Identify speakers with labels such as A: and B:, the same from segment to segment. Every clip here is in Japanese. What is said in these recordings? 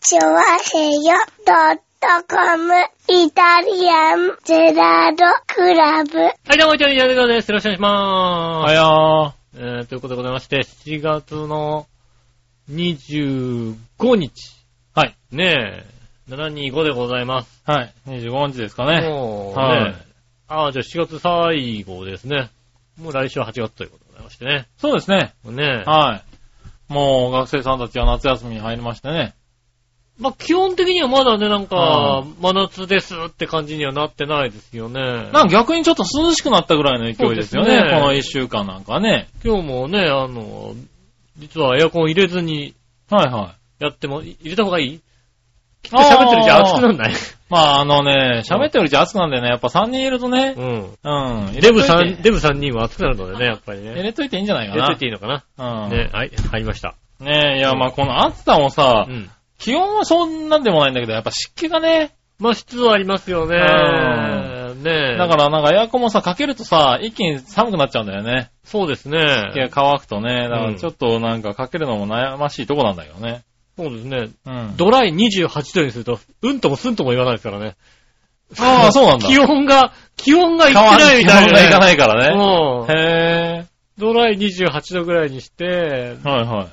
A: チョワヘヨドットコムイタリアンゼラードクラブ。
B: はい、どうも、一応、やるようです。よろしくお願いしまー
C: は
B: す。
C: や
B: えー、ということでございまして、7月の25日。はい。ねえ、725でございます。
C: ー。はい。25日ですかね。
B: もう、
C: はい
B: ねああ、じゃあ7月最後ですね。もう来週は8月ということでございましてね。
C: そうですね。
B: もうねえ。
C: はい。もう学生さんたちは夏休みに入りましたね。
B: まあ、基本的にはまだね、なんか
C: は、
B: 真夏ですって感じにはなってないですよね。
C: なんか逆にちょっと涼しくなったぐらいの勢いですよね。
B: そうですね
C: この一週間なんかね。
B: 今日もね、あの、実はエアコン入れずに
C: はいはい。
B: やっても、い入れた方がいいきっと喋ってるじゃん
C: あー
B: 熱くなんない
C: まああのね、喋ってるうち暑くなんだよね。やっぱ3人いるとね。
B: うん。
C: うん。
B: デブさん、
C: 入
B: デブさんには熱くなるのでね、やっぱりね。
C: れといていいんじゃないか
B: 入れと。
C: ない
B: ていいのかな、
C: うん。
B: ね、はい、入りました。
C: ねえ、いや、まあこの暑さもさ
B: う、ん。
C: 気温はそんなんでもないんだけど、やっぱ湿気がね、
B: まあ、質はありますよね。
C: うん
B: ねえ。
C: だからなんかエアコンもさ、かけるとさ、一気に寒くなっちゃうんだよね。
B: そうです
C: いや、
B: ね。
C: 乾くとね、だか
B: うん
C: らちょっとなんかかけるのも悩ましいとこなんだけどね。
B: そうですね。
C: うん。
B: ドライ28度にすると、うんともすんとも言わないですからね。
C: ああ、そうなんだ。
B: 気温が、気温がいってないみ
C: 変わ
B: たい
C: んない気温がいか
B: なね。
C: ないからね。
B: うん。
C: へ
B: ドライ28度ぐらいにして、
C: ぇー。はいはい。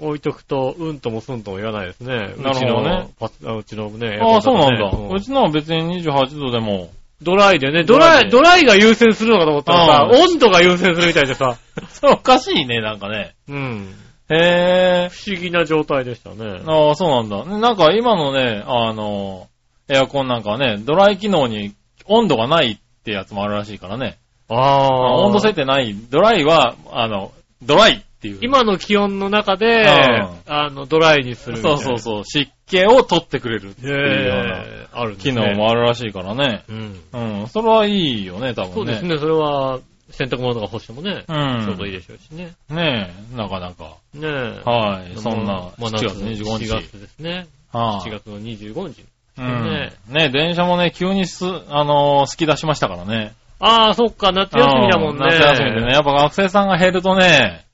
B: 置いとくと、うんともすんとも言わないですね。
C: なるほどね
B: うちのパうちのね。
C: ああ、そうなんだ。
B: う
C: うちのは別に28度でも。
B: ドライでね、ドライ、ド
C: ド
B: ライが優先するのかと思ったらさ、
C: う
B: 温度が優先するみたいでさ、
C: それおかしいね、なんかね。
B: うん。
C: へ
B: 不思議な状態でしたね
C: ぇー。。ああ、そうなんだ。ねなんか今のね、あの、エアコンなんかはね、ドライ機能に温度がないってやつもあるらしいからね。
B: ああ
C: 温度設定ない。ドライは、あの、ドライっていう。
B: 今の気温の中で、
C: ん
B: あの、ドライにするみたい
C: そ
B: な。
C: うそうそう。湿気を取ってくれるっていうような
B: へーあるんです
C: 機
B: ね
C: 能もあるらしいからね。
B: うん。
C: うん。それはいいよね、多分ね。
B: そうですね、それは、洗濯物とか干してもね、
C: うん。
B: ちょうどいいでしょうしね。
C: ねえ、なかなか。
B: ねえ。
C: はい。そんな、
B: まあ
C: 7月25日。
B: 7月ですね。
C: はい
B: 7月の25日。
C: うん
B: ね
C: ねえ、電車もね、急にす、あのー好き出しましたからね。
B: ああ、そっか、夏休みだもんね。
C: うん夏休みでね。やっぱ学生さんが減るとね、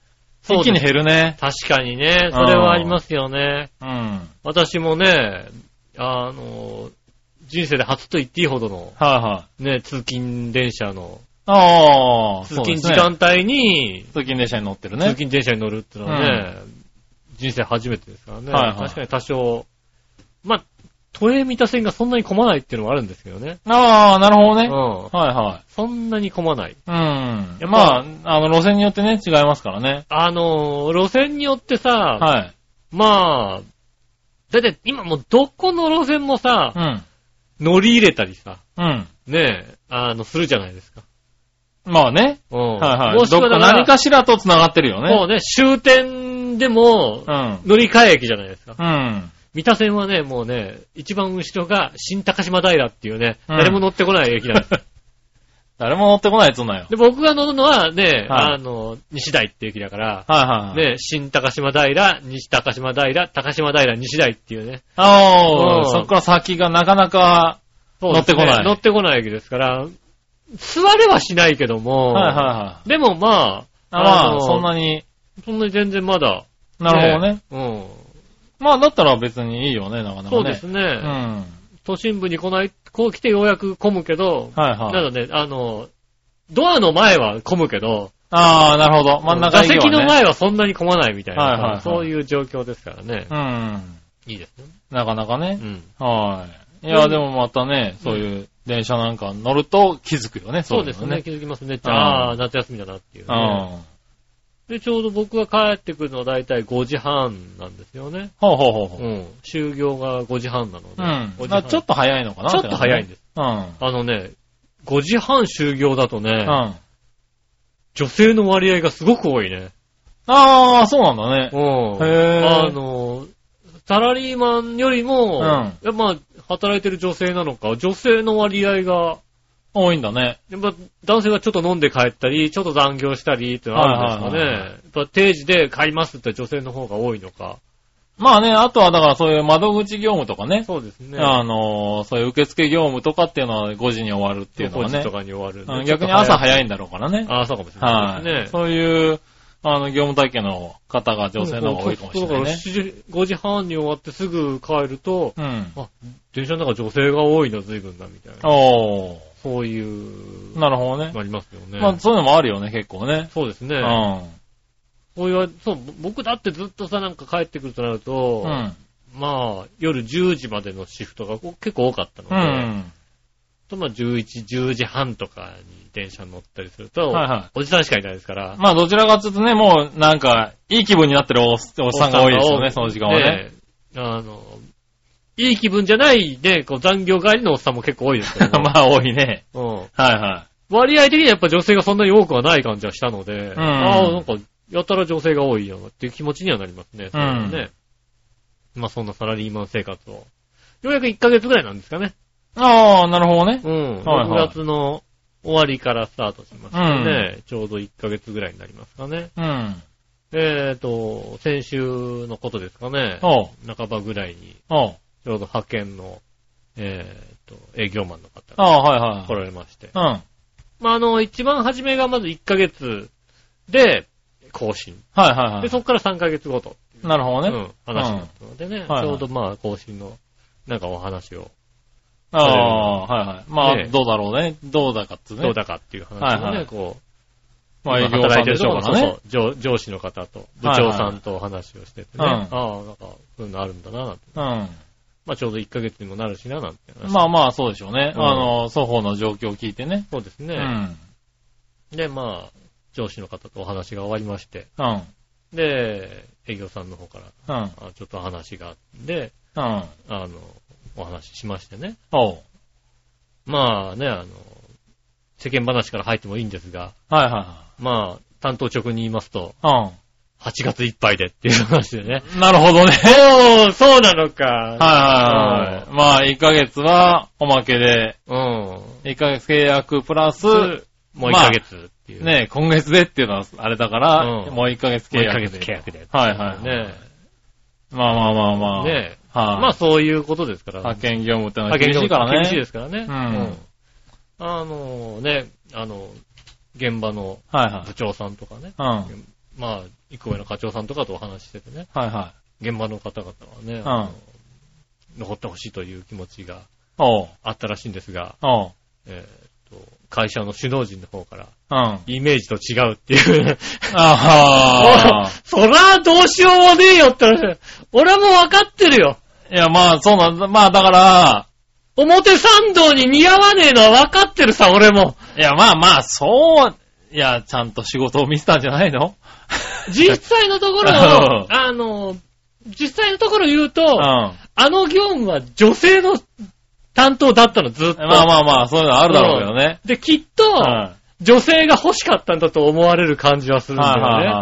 B: そう
C: 一
B: で
C: 気に
B: す
C: 減るね。
B: 確かにね、それはありますよね。
C: うん。
B: 私もね、あの、人生で初と言っていいほどの、
C: はいはい。
B: ね、通勤電車の、
C: ああ、
B: 通
C: そうで
B: 勤
C: す
B: 時
C: ね
B: 間帯に、
C: 通勤電車に乗ってる
B: 通
C: ね。
B: 勤電車に乗るってのはね、人生初めてですからね。
C: はいはい
B: 確かに多少、まあ、都営三田線がそんなに混まないっていうのもあるんですけどね。
C: ああ、なるほど
B: う
C: ね。
B: ん。
C: はいは
B: そんなに混まない。
C: い。う
B: やっぱ
C: ん。まあ、あの、路線によってね、違いますからね。
B: あの、路線によってさ、
C: はい。
B: まあ、だいたい今もうどこの路線もさ
C: う、ん。
B: 乗り入れたりさ、
C: うん。
B: ねえ、あの、するじゃないですか。
C: まあね。
B: うん。
C: はいは
B: も
C: い。
B: し
C: ど
B: く
C: っ
B: は
C: か
B: だから
C: 何かしらと繋がってるよね。
B: そうね、終点でも
C: う、ん。
B: 乗り換え駅じゃないですか。
C: うん。
B: 三田線はね、もうね、一番後ろが新高島平っていうね、
C: うん
B: 誰も乗ってこない駅な んです。
C: 誰も乗ってこないやつなよ。
B: で、僕が乗るのはね、
C: はい
B: あの、西台っていう駅だから、
C: はいはい。、
B: ね、新高島平、西高島平、高島平、西台っていうね。
C: あ
B: うん
C: あ、そっから先がなかなか、
B: そうですね
C: 乗ってこない
B: 乗ってこない駅ですから、座れはしないけども、
C: はいはいはい。
B: でもまあ、
C: あ
B: あの
C: あ、そんなに、
B: そんなに全然まだ、
C: なるほどね。
B: うん。
C: まあ、だったら別にいいよね、なかなかね。
B: そうです
C: う
B: ね。
C: ん。はい
B: 都心部に来ない、こう来てようやく混むけど、な
C: はい。
B: ので、あの、ドアの前は混むけど、
C: ああ、なるほど。真ん中
B: 座
C: 行けば
B: 席
C: ね
B: の前はそんなに混まないみたいな、
C: はいはいはい
B: そういう状況ですからね。
C: うん。
B: いいですね。
C: なかなかね
B: う。ん。
C: はい。いうや、
B: ん
C: でもまたね、そういう電車なんか乗ると気づくよね、
B: そう
C: い
B: で
C: の
B: すね。。気づきますね。
C: うん
B: ああ、夏休みだなっていう、
C: う
B: ね。
C: ん。
B: で、ちょうど僕が帰ってくるのは大体5時半なんですよね。
C: ほうほうほうほ
B: う
C: う。
B: ん。就業が5時半なので。
C: う
B: 5
C: ん。
B: 時半
C: なちょっと早いのかな
B: ちょっと早いん
C: で。
B: です。
C: うん。うん。
B: あのね、5時半就業だとね、
C: あ
B: 女性の割合がすごく多いね。
C: あ、そうなんだね。
B: うん。
C: へー
B: あの、サラリーマンより
C: うん、
B: もやっぱ働いてる女性なのか、女性の割合が、
C: 多いんだね。
B: やっぱ男性はちょっと飲んで帰ったり、ちょっと残業したりってのあるんですか
C: はいはいはい
B: ね。やっぱ定時で買いますって女性の方が多いのか。
C: まあね、あとはだからそういう窓口業務とかね。
B: そうですね。
C: あのーそういう受付業務とかっていうのは5時に終わるっていうの
B: 5
C: は
B: 時
C: ね
B: と。かに終わるんで
C: うん逆に朝
B: い。
C: 早いんだろうからね。
B: ああ、そうかもしれない
C: は
B: ですね
C: い。。そういうあの、業務体系の方が女性の方が多いかもしれない
B: だから
C: ね。
B: 7時5時半に終わってすぐ帰ると、
C: うん。
B: あ、電車の中女性が多いな、随分だ、みたいな。
C: お
B: そういう、
C: ー。なるほどね。
B: ありますよね。
C: まあ、そういうのもあるよね、結構ね。
B: そうですね。
C: うん。
B: そういうわ、そう、ぼ僕だってずっとさ、なんか帰ってくるとなると、
C: うん。
B: まあ、夜10時までのシフトがこう結構多かったので、
C: うん。
B: とまあ11、10時半とかに電車に乗ったりする
C: は
B: と、
C: いは
B: おじさんしかいないですから、
C: まあ、どちらかというとね、もう、なんか、いい気分になってるおっおっさんが多いですよね、その時間は ね。
B: ええあの、いい気分じゃないで、こう残業帰りのおっさんも結構多いですけど、
C: まあ、多いね。
B: う
C: は
B: ん
C: いは
B: 割合的にやっぱ女性がそんなに多くはない感じはしたの
C: ん
B: で、ああ、なんか、やたら女性が多いよなっていう気持ちにはなりますね。それはね。まあそんなサラリーマン生活を。ようやく1ヶ月ぐらいなんですかね。
C: い。ああ、なるほどね。
B: うん。
C: はいはい
B: 6月の終わりからスタートしましたね、ちょうど1ヶ月ぐらいになりますかね。
C: うん。
B: えっ、と、先週のことですかね。
C: おう、
B: 半ばぐらいに、
C: おう。
B: ちょうど派遣の、えっ、と、営業マンの方
C: あ
B: が
C: あ、はいはい。
B: 来られまして。
C: うん。はい
B: まあ、あの、一番初めがまず1ヶ月で更新。
C: はいは
B: で、
C: い。
B: そこから3ヶ月ごと。
C: なるほ
B: う
C: どね。
B: ん。話になったのでね、
C: んはいはい
B: ちょうどまあ、更新の、なんかお話を、
C: ああ、はいはい。まあ、
B: ね
C: どうだろうね。どうだかってね。
B: どうだかっていう話をね、
C: はいはい
B: こう、
C: まあ、営
B: 今
C: 業さ
B: 働い
C: ん
B: て
C: で
B: る
C: し
B: とこ
C: ょう
B: ろ
C: か
B: の、
C: らね。
B: そうそう上上司の方と、部長さんとお話をしててね、
C: はいはい
B: ああ、なんか、そういうのあるんだな、なんて
C: う
B: まあ、ちょうど1ヶ月にもなるしな、なんて話。
C: ん。まあまあ、そうでしょうね。
B: うん
C: あの、双方の状況を聞いてね。
B: そうです
C: う
B: ね。
C: ん。
B: で、まあ、上司の方とお話が終わりまして、
C: うん。
B: で、営業さんの方から、
C: うん。
B: あちょっと話があって、
C: うん。
B: あの、お話ししましてね。
C: おう。
B: まあね、あの、世間話から入ってもいいんですが、
C: はいは
B: まあ、担当直に言いますと、
C: いはい。
B: 8月いっぱいでっていう話でね。
C: うん。なるほ どね。
B: おー、そうなのか。
C: はいはいはい。まあ、1ヶ月はおまけで、
B: うん。
C: 1ヶ月契約プラス、
B: つ、もう1
C: まあ
B: ヶ月っていう。。
C: ね、今月でっていうのはあれだから、
B: うん
C: もう1ヶ月
B: も
C: 契
B: う1
C: 約
B: ヶ
C: で。
B: 月契約で。
C: はいはい。
B: ね
C: まあまあまあまあ。
B: ね
C: はい。
B: まあそういうことですから。
C: 派遣業務ってのは
B: 派遣
C: 厳しいからね。
B: 厳しいですからね。
C: うん
B: うん。あのね、あの、現場の
C: はいはい
B: 部。長さんとかね。
C: うん。はい
B: まあ、一個上の課長さんとかとお話ししててね。
C: はい。
B: 現場の方々はね、
C: ん
B: あの残ってほしいという気持ちが
C: おう。
B: あったらしいんですが、
C: おう。
B: えーっと会社の首脳陣の方から、
C: うん。あ
B: イメージと違うっていう。
C: あ
B: そらどうしようもねえよって話。俺はもう分かってるよ。
C: ー。いや、まあ、そうなんだ。まあ、だから、
B: 表参道に似合わねえのは分かってるさ、俺も。
C: いや、まあまあ、そう、いや、ちゃんと仕事を見せたんじゃないの
B: 実際のと こ
C: う
B: ろを、
C: ん
B: あの、実際のところ言う
C: う
B: と
C: ん。、ま
B: あの業務は女性の担当だったの、ずっと。
C: あまあまあ、そういうのあるだろうけどね。
B: で、きっと、
C: うん。
B: 女性が欲しかったんだと思われる感じはするんだ
C: はいはい
B: よね。
C: はい。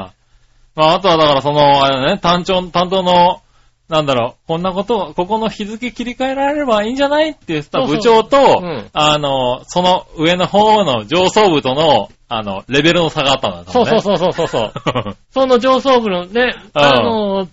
C: まあ、あとはだから、その、あれだね、担当、担当の、なんだろう、こんなことを、ここの日付切り替えられればいいんじゃないって言ってた
B: そうそう
C: 部長と、
B: うん
C: あの、その上の方の上層部との、あの、レベルの差があったんだ、多
B: そう
C: 分
B: そう
C: ね。
B: そうそうそう そう。
C: う。
B: その上層部のね、
C: うん
B: あの、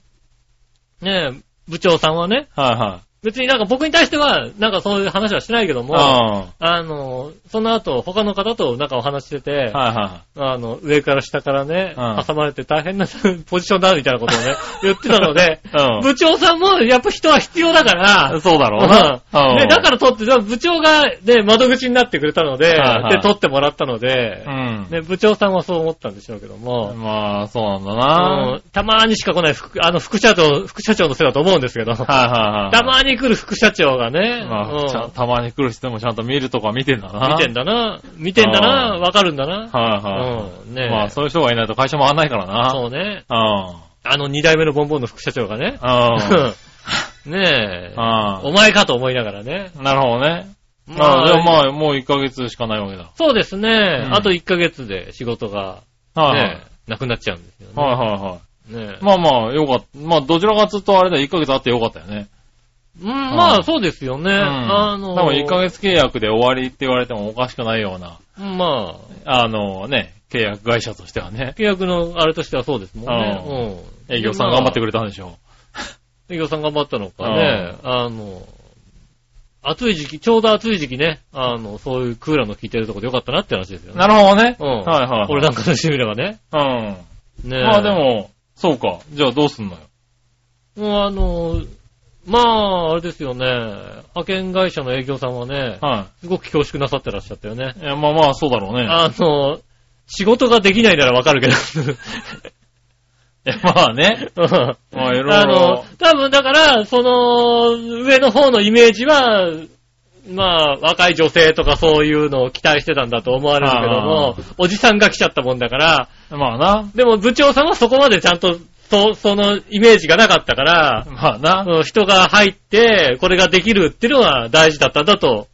B: ねえ、部長さんはね、
C: はいはい。
B: 別になんか僕に対しては、なんかそういう話はしてないけど
C: うん。
B: も、
C: は
B: あの、その後他の方となんかお話しして
C: い
B: て、
C: は
B: あの、上から下からね、
C: うん
B: 挟まれて大変な ポジションだみたいなことをね、言ってたので、
C: い。 う
B: 部長さんもやっぱ人は必要だから、
C: ん。そうだろうな。、
B: うん。ね、だからら取って、だから部長が、ね、窓口になってくれたので、
C: はいはい
B: で、取ってもらったので
C: う、ん。
B: ね、部長さんはそう思ったんでしょうけども、
C: まあ、そうなんだ
B: うん
C: な。
B: たまにしか来ない副、あの、副社長、副社長のせいだと思うんですけど、た
C: はいはいはい。
B: まに来る副社長がね、
C: まあちゃ
B: うん
C: たまに来る人もちゃんと見るとこは見てんだ
B: ん、
C: な。
B: 見てん
C: だ。
B: だな、見てんだな、
C: うん
B: わかるんだな。
C: はいはい。
B: うん、ね
C: まあ、そういう人がいないと会社回らないからな。
B: そうね、
C: うん。
B: あの二代目のボンボンの副社長がね、
C: うん。
B: ねえ、お
C: う
B: 前かと思いながらね。
C: ん。なるほどね。まあ、でもまあ、もう1ヶ月しかないわけだ。
B: そうですね、
C: ん
B: あと1ヶ月で仕事が、
C: はいはい
B: ね、なくなっちゃうんですよね。
C: はいはいは
B: ね
C: い。まあまあ、よかった。まあ、どちらかというとあれだ、1ヶ月あってよかったよね。
B: うん、まあ、そうですよね。
C: うん。
B: あの、
C: 多分1ヶ月契約で終わりって言われてもおかしくないような、
B: ま
C: あのね、契約会社としては
B: あ、
C: ね、
B: 契約のあれとしてはそうですもん
C: う
B: ね。うん。
C: 営業さん頑張って
B: れ。
C: くれたんでしょ
B: 営業さん頑張ったのかね。あの、暑い時期、ちょうど暑い時期ね、あの、そういうクーラーの効いてるとこでよかったなって話ですよ
C: う。な
B: ね。
C: るほどね。
B: うん。
C: はいはいはい。
B: 俺なんかのしてみればね。
C: うん。
B: ねえ。
C: まあで。も、そうか。じゃあどうすんのよ。
B: もうあの、まあ、あれですよね。派遣会社の営業さんはね、
C: は
B: すごく恐縮なさってらっしゃったよね。
C: い。いやまあまあ、そうだろう ね。
B: あの、仕事ができないならわかるけど。
C: いやまあね。
B: うん
C: まあいろい
B: あ
C: ろ
B: の。、多分だから、その、上の方のイメージは、まあ、若い女性とかそういうのを期待してたんだと思われるけど
C: あ、
B: もおじさんが来ちゃったもんだから、
C: まあな。
B: でも部長さんはそこまでちゃんと、そそのイメージがなかったから、
C: まあな。
B: うん人が入って、これができるっていうのは大事だったんだと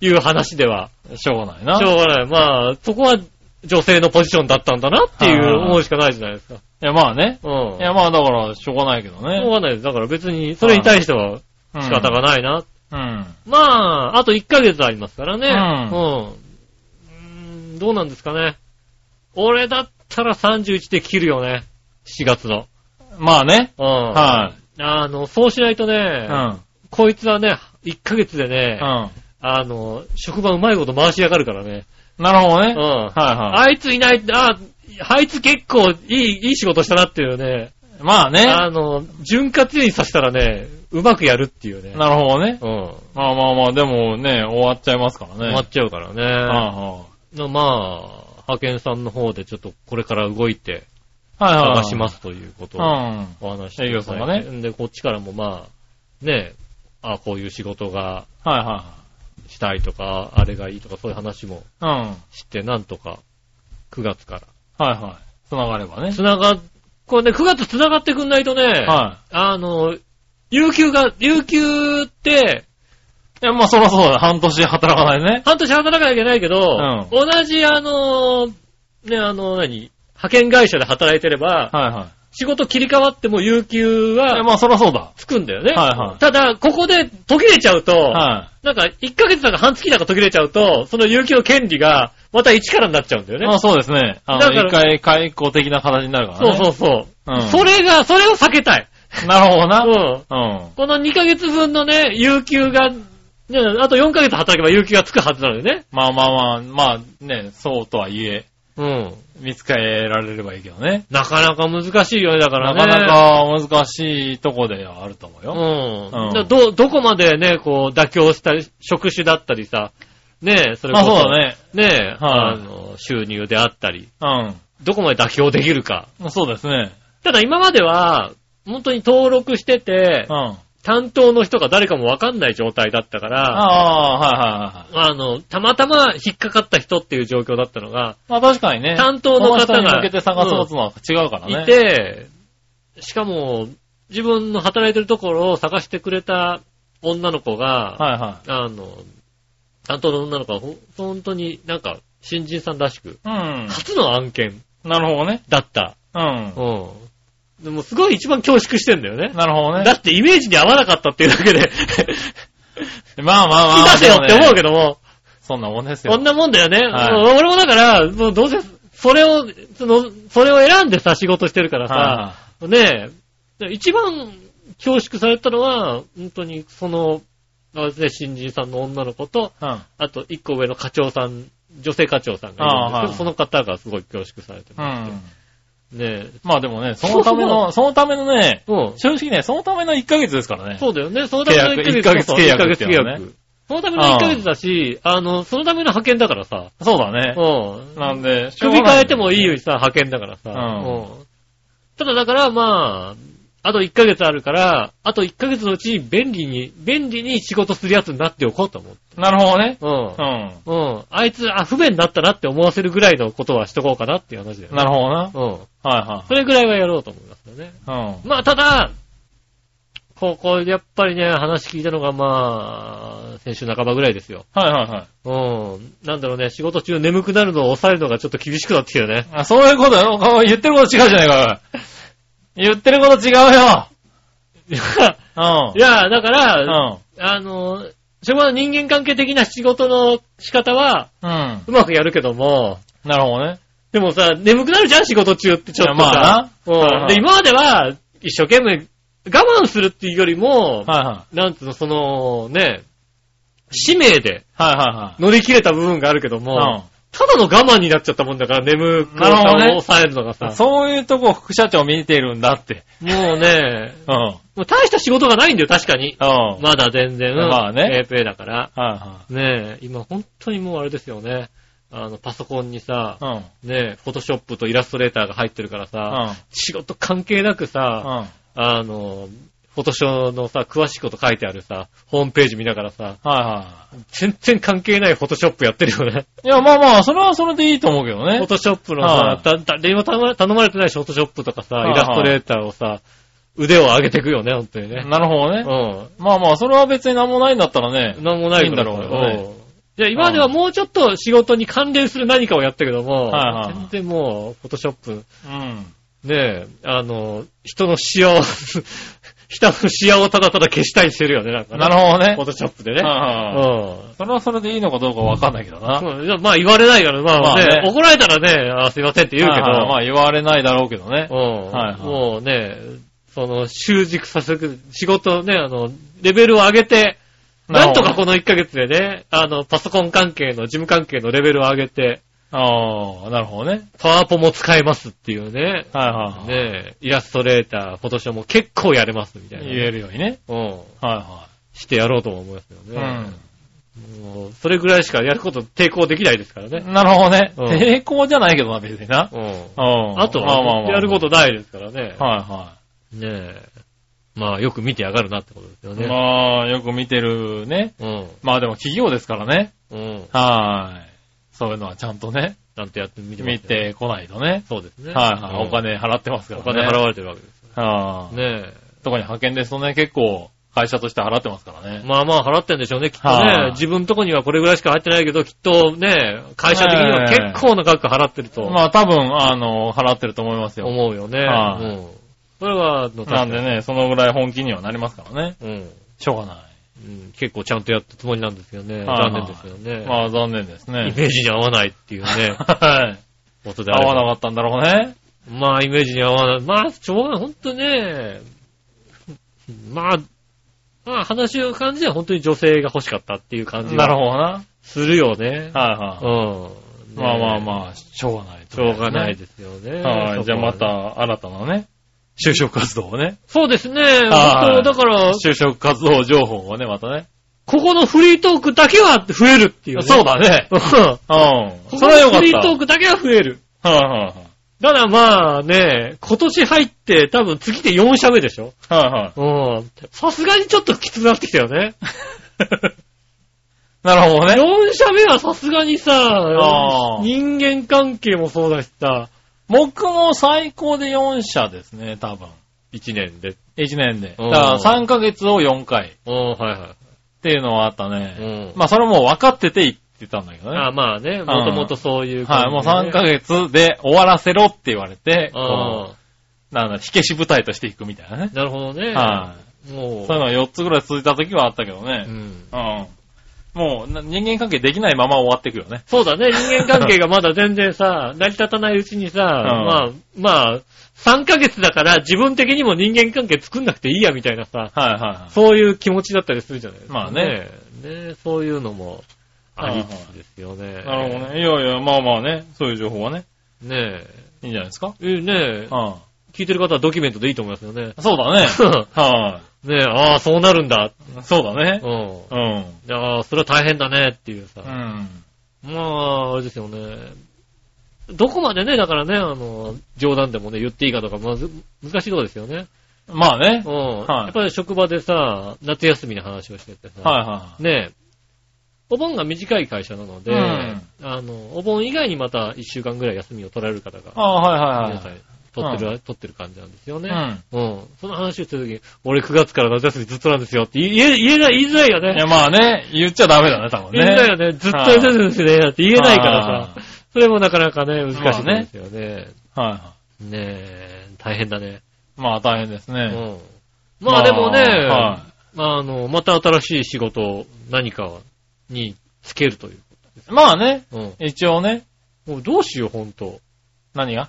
B: いう話では、
C: しょうがないな。
B: しょうがない。まあ、そこは女性のポジションだったんだなっていう
C: あー
B: 思うしかないじゃないですか。
C: いやまあね。
B: うん。
C: いやまあだから、しょうがないけど
B: しょう
C: ね。
B: がないです。だから別に、それに対しては
C: うん
B: 仕方がないな。
C: うん。
B: まあ、あと1ヶ月ありますからね。
C: うん
B: うん。うーんどうなんですかね。俺だったら31で切るよね。7月の。
C: まあね。
B: うん。
C: は
B: あの、そうしないと
C: い。
B: ね
C: う、ん。
B: こいつはね、1ヶ月でね、
C: うん。
B: あの、職場うまいこと回しやがるからね。
C: なるほど
B: う
C: ね。
B: ん。
C: はいはい。
B: あいついない、あ、あいつ結構いい、いい仕事したなっていうね。
C: まあね。
B: あの、潤滑油にさせたらね、うまくやるっていうね。
C: なるほどね。
B: うん。
C: まあまあまあ、でもね、終わっちゃいますからね。
B: 終わっちゃうからね。
C: は
B: のまあ、派遣さんの方でちょっとこれから動いて
C: いはい。はいは
B: 探
C: い。
B: しますということ
C: う
B: を
C: ん。
B: お話しして
C: 営業さんが
B: いただいてで、こっちからもまあ、ね、あこういう仕事が
C: はいは
B: したいとか、あれがいいとかそういう話も
C: いはい。うん。
B: して、なんとか9月から。
C: はいはい。繋がればね。
B: 繋が、これね、9月繋がってくんないとね、
C: は
B: あの、有給が、有給って、
C: い。いや、まあそらそうだ。半年働かないね。
B: 半年働かなきゃいけないけど、同じあの、ね、あの、何、派遣会社で働いてれば、
C: はいは
B: 仕事切り替わっても有給
C: い。いや、
B: は
C: まあそらそうだ。
B: つくんだよね。
C: はいはい
B: ただ、ここで途切れちゃうと、
C: は
B: なんか1ヶ月なんか半月なんか途切れちゃうと、その有給の権利がまた一からになっちゃうんだよ
C: い。
B: ね。
C: まあそうですね。あ
B: だ
C: の、
B: から
C: 一回解雇的な形になるから
B: そう
C: ね。
B: そうそう。
C: うん
B: それが、それを避けたい。
C: う。なるほどな。
B: うん。
C: うん。
B: この2ヶ月分のね、有給が、ね、あと4ヶ月働けば有給がつくはずなのよね。
C: まあまあまあ、まあね、そうとはいえ、
B: うん。
C: 見つけられればいいけどね。
B: なかなか難しいよね、だから
C: な
B: ね。
C: かなか難しいとこではあると思うよ。
B: うん。
C: うん
B: だど、どこまでね、こう、妥協したり、職種だったりさ、ねえ、それこ
C: まあ
B: そ、
C: そうだね。
B: ねえ、
C: はい
B: あの、収入であったり、
C: うん。
B: どこまで妥協できるか。
C: まあそうですね。
B: ただ今までは、本当に登録してて
C: う、ん。
B: 担当の人が誰かもわかんない状態だったから、
C: ああー、はいはいはいはい。
B: あの、たまたま引っかかった人っていう状況だったのが、
C: まあ確かにね。
B: 担当の方が
C: こ人に向けて探そうとのは違うからね。
B: いて、しかも、自分の働いてるところを探してくれた女の子が、
C: はいは
B: あの、担当の女の子はほん本当になんか新人さんらしく、
C: い。
B: 初の案件
C: うん。なるほどね。
B: だった。
C: う
B: うん。でもすごい一番恐縮してんだよね
C: ん。。なるほどね。
B: だってイメージに合わなかったっていうだけで、
C: ま あまあまあ。
B: 出せよって思う
C: ど。
B: けども、
C: そんなもんですよ。
B: こんなもんだよね。
C: はい
B: もう俺もだから、もうどうせ、それを、その、それを選んでさ、仕事してるからさ、
C: は
B: ねえ、一番恐縮されたのは、本当にその、あれですね新人さんの女の子と、
C: いはい。
B: あと、一個上の課長さん、女性課長さんがいるんです
C: ああ
B: け
C: は
B: ど、
C: い
B: その方がすごい恐縮されて
C: う
B: ま
C: ん。うん。
B: す。ねえ。
C: まあでもね、そのための、そのためのね、
B: うん。
C: 正直ね、そのための1ヶ月ですからね。
B: そうだよね。そのための1
C: 契
B: ヶ
C: 約
B: 月そうそう
C: 一
B: 一
C: ヶ
B: ヶ
C: 月
B: 月
C: 契
B: 契
C: 約
B: 約。そのための1ヶ月だし、あの、そのための派遣だからさ。
C: そうだね
B: う。ん。
C: なんで、
B: 組み替えてもいいよ
C: よ。
B: りさ、派遣だからさ。
C: うん
B: うんただだから、まあ、あと1ヶ月あるから、あと1ヶ月のうちに便利に、便利に仕事するやつになっておこうと思う。
C: なるほどね。う。
B: うんん。うん。あいつ、あ、不便になったなって思わせるぐらいのことはしとこうかなっていう話だよね。
C: なるほどな。
B: うん。
C: は
B: それぐらいはやろうと思いますよね。
C: いはい。
B: まあ、ただ、ここ、やっぱりね、話聞いたのが、まあ、先週半ばぐらいですよ。
C: うん。はいはいはい。
B: うん。なんだろうね、仕事中眠くなるのを抑えるのがちょっと厳しくなってきたよ ね。
C: あ、そういうことよ。お言ってること違うじゃないか。言ってること違うよ。
B: いや、
C: う
B: いやだから、
C: ん。うん。
B: あの、職場の人間関係的な仕事の仕方は、
C: うん。
B: うまくやるけども、
C: なるほどね。
B: でもさ、眠くなるじゃん、仕事中ってちょっと
C: いや
B: さ。
C: まあな
B: う
C: は
B: ん。
C: い
B: で、今までは、一生懸命、我慢するっていうより
C: はい
B: も、
C: は
B: なんつうの、その、ね、使命で
C: い。はいはいはい。
B: 乗り切れた部分があるけども、ただの我慢になっちゃったもんだから、眠く
C: な
B: さを
C: るほどね
B: 抑えるのがさ、
C: そういうとこ副社長見てるんだって。
B: も
C: うん。う
B: うね、
C: ん。
B: もう大した仕事がないんだよ、確かに。
C: はい
B: まだ全然、
C: まあね
B: A ペイだから。
C: は
B: ねえ、今本当にもうあれですよね。あの、パソコンにさ
C: い。、うん。
B: ねえ、フォトショップとイラストレーターが入ってるからさ、仕事関係なくさ、
C: うん。うん。
B: あの、フォトショーのさ、詳しいこと書いてあるさ、ホームページ見ながらさ、
C: はいは
B: 全然関係ないフォトショップやってるよ ね。
C: い。いや、まあまあ、それはそれでいいと思うけど
B: フォ
C: ね。
B: トショップの
C: は
B: さ
C: い、
B: だ誰にも頼ま頼まれてないフォトショップとかさ、
C: はい
B: イラストレーターをさ、腕を上げてくよね、本当にね。
C: なるほど
B: う
C: ね。
B: ん。
C: まあまあ、それは別になんもないんだったらね。
B: なんもないから
C: いいんだろうけどね
B: んじゃあ今まではもうちょっと仕事に関連する何かをやったけど
C: はい
B: も、
C: はいはい
B: 全然もう、フォトショップ、
C: うん。
B: ねえ、あの、人の視野を、 人の視野をただただ消したりしてるよね、なんかね、
C: なるほどね
B: フォ。トショップでね。う
C: はいはい
B: ん。
C: それはそれでいいのかどうかわかんないけどな。
B: そういやまあ言われないから、まあ、
C: まあね
B: ね怒られたらね、あすいませんって言うけど、
C: はいはいまあ言われないだろうけどね。
B: うん、
C: はいはい
B: もうね、その、習熟させる、仕事をね、あの、レベルを上げて、なんとかこの1ヶ月でね、あの、パソコン関係の、事務関係のレベルを上げて、
C: ああ、なるほどね。
B: パワーポも使えますっていうね、
C: はいはいはい。
B: ねイラストレーター、フォトショーも結構やれますみたいな。
C: 言えるようにね。
B: うん。
C: はいは
B: してやろうとも思いますよ
C: い。
B: ね。もうそれぐらいしかやること抵抗できないですから
C: う
B: ね。
C: ん。なるほどね。
B: うん
C: 抵抗じゃないけどな、別にな。
B: うん。
C: うん
B: あと
C: ままあ
B: は、
C: まあ
B: やることないですからね。
C: はいは
B: ねえ。まあ、よく見てやがるなってことですよ
C: い。
B: ね。
C: まあ、よく見てるね。
B: うん。
C: まあでも企業ですからね。
B: うん。
C: はい。そういうのはちゃんとね、
B: ちゃんとやってみてますよ
C: 見てこないとね。
B: そうですね。
C: はいはい。
B: うん
C: お金払ってますから
B: お
C: ね。
B: 金払われてるわけですよ。
C: はい。
B: ね
C: 特に派遣ですとね、結構会社として払ってますから
B: え。
C: ね。
B: まあまあ払ってんでしょうね、きっと
C: は
B: ね
C: い。
B: 自分とこにはこれぐらいしか入ってないけど、きっとね、会社的には結構な額払ってると
C: まあ多分、あの、払ってると思いますよ。
B: 思うよね。
C: は
B: う
C: い
B: ん。それは、の
C: なんで。ね、そのぐらい本気にはなりますからね。
B: うん。
C: しょうがな
B: うん結構ちゃんとやったつもりなんですけどね。
C: はいは
B: 残
C: い
B: 念ですよ
C: い。
B: ね。
C: まあ残念です
B: イ
C: ね。、
B: メージに合わないっていうね
C: はい。
B: ことであれ
C: 合
B: ば
C: わなかったんだろうね。
B: まあ、イメージに合わない。まあ、しょうがない。ほんとね。まあ、まあ、話を感じでは本当に女性が欲しかったっていう感じ
C: なる
B: が
C: ほどな。
B: するよね。
C: はいは
B: う
C: い。
B: ん。
C: まあまあ
B: あ。
C: まあ、しょうがない。
B: しょうがないですよ
C: はい。じ
B: ね。そ
C: ゃあ
B: こは
C: ま
B: ね。
C: た新たなね、就職活動をね、
B: そうですね。
C: は
B: 本当
C: い
B: だから、
C: 就職活動情報をね、またね。
B: ここのフリートークだけは増えるっていうね。
C: そうだね。
B: うん。
C: うん。それはよかっ
B: ここのフリートー
C: た。
B: クだけは増える。
C: はいはいはい。
B: ただまあね、今年入って多分次で4社目でしょ
C: はいはい。
B: うん。さすがにちょっときつくなってきた よね。
C: なるほどね。
B: 4社目はさすがにさ
C: あ、ー
B: 人間関係もそうだしさ、
C: 僕も最高で4社ですね、多分。
B: 1年で。
C: 1年で。
B: うん
C: だから3ヶ月を4回っ
B: うん、は
C: ていうのはあった
B: いはい。
C: ね。
B: うん。
C: まあそれも分かってて言ってたんだけどね。
B: あ、まあね、もともとそういう
C: はい、もう3ヶ
B: 月。
C: 月で終わらせろって言われて、こ
B: う
C: うなんだ、火消し部隊としていくみたいなね
B: ん。。なるほどね。。
C: はい
B: もう。
C: そういうのが4つぐらい続いた時はあったけど
B: う
C: ね。う
B: ん
C: ん。もうな人間関係できないまま終わっていくよね。
B: そうだね、人間関係がまだ全然さ、 成り立たないうちにさ、まあ、まあ、3ヶ月だから自分的にも人間関係作んなくていいやみたいなさ、
C: はいはいはい。
B: そういう気持ちだったりするじゃないですか。
C: まあね。
B: ねそういうのもありつつですよね。
C: なるほどね。いやいや、まあまあね、そういう情報はね、
B: ね
C: い
B: え。
C: いんじゃないですか。
B: え、ねえ、
C: う
B: 聞いてる方はドキュメントでいいと思いますよね。
C: ん。そうだ ね。は
B: ねえ、ああ、そうなるんだ。
C: い。そうだね。
B: うん。
C: うん。
B: ああ、それは大変だねっていうさ。
C: うん。
B: まあ、あれですよね。どこまでね、だからね、あの、冗談でもね、言っていいかとか、まず、難しいとこですよね。
C: まあね
B: うん。。
C: はい
B: やっぱり職場でさ、夏休みの話をしててさ、
C: はいはい。
B: ねえ、お盆が短い会社なので、
C: うん
B: あの、お盆以外にまた1週間ぐらい休みを取られる方
C: あ
B: が、
C: あ、はいは
B: 皆
C: い
B: さ
C: はい。
B: ん、取ってる、取ってる感じなんですよね。
C: うん。
B: うん。その話をしてるとき、俺9月から夏休みずっとなんですよって言え、言えない、言いづらいよ
C: いや、
B: ね。
C: まあね、言っちゃダメだね、多分
B: 言い
C: ね。
B: づらいよね。ずっと夏休みですね。って言えないからさ。それもなかなかね、難しいところですよね。
C: さ。はいは
B: ねえ、大変だね。
C: い。まあ大変です
B: う
C: ね。
B: ん。まあでもね、
C: は
B: あの、また新しい仕事を何かにつけるという。
C: い。まあね、
B: うん。
C: 一応ね、
B: もうどうしよう、ほんと。
C: 何が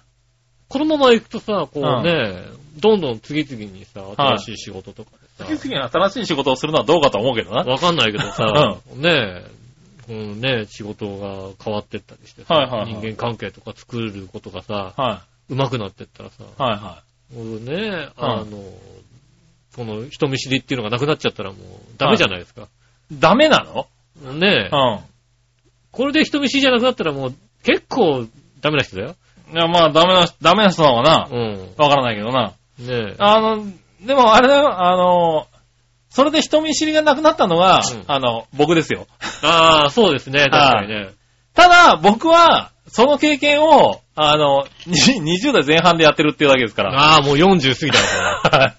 B: このまま行くとさ、こうね、どんどん次々にさ、新しい仕事とかでさ、
C: 次々に新しい仕事をするのはどうかと思うけどな。
B: わかんないけどさ、ねえ、うんね、仕事が変わってったりしてさ、
C: はいはいはい
B: 人間関係とか作ることがさ、
C: は
B: 上手くなってったらさ、
C: い。はいは
B: もうね、あの、この人見知りっていうのがなくなっちゃったらもうダメじゃないですか。
C: い。ダメなの
B: ねえ、
C: う
B: これで人見知りじゃなくなったらもう結構ダメな人だよ。
C: ん。いや、まあ、ダメな、ダメな人なのかな
B: う。ん。
C: わからないけどな。
B: ねえ。
C: あの、でもあれだよ、あの、それで人見知りがなくなったのは、
B: うん
C: あの、僕ですよ。
B: ああ、そうですね、確かにね。
C: ただ、僕は、その経験を、あの、に20代前半でやってるっていうだけですから。
B: ああ、もう40過ぎたの かな。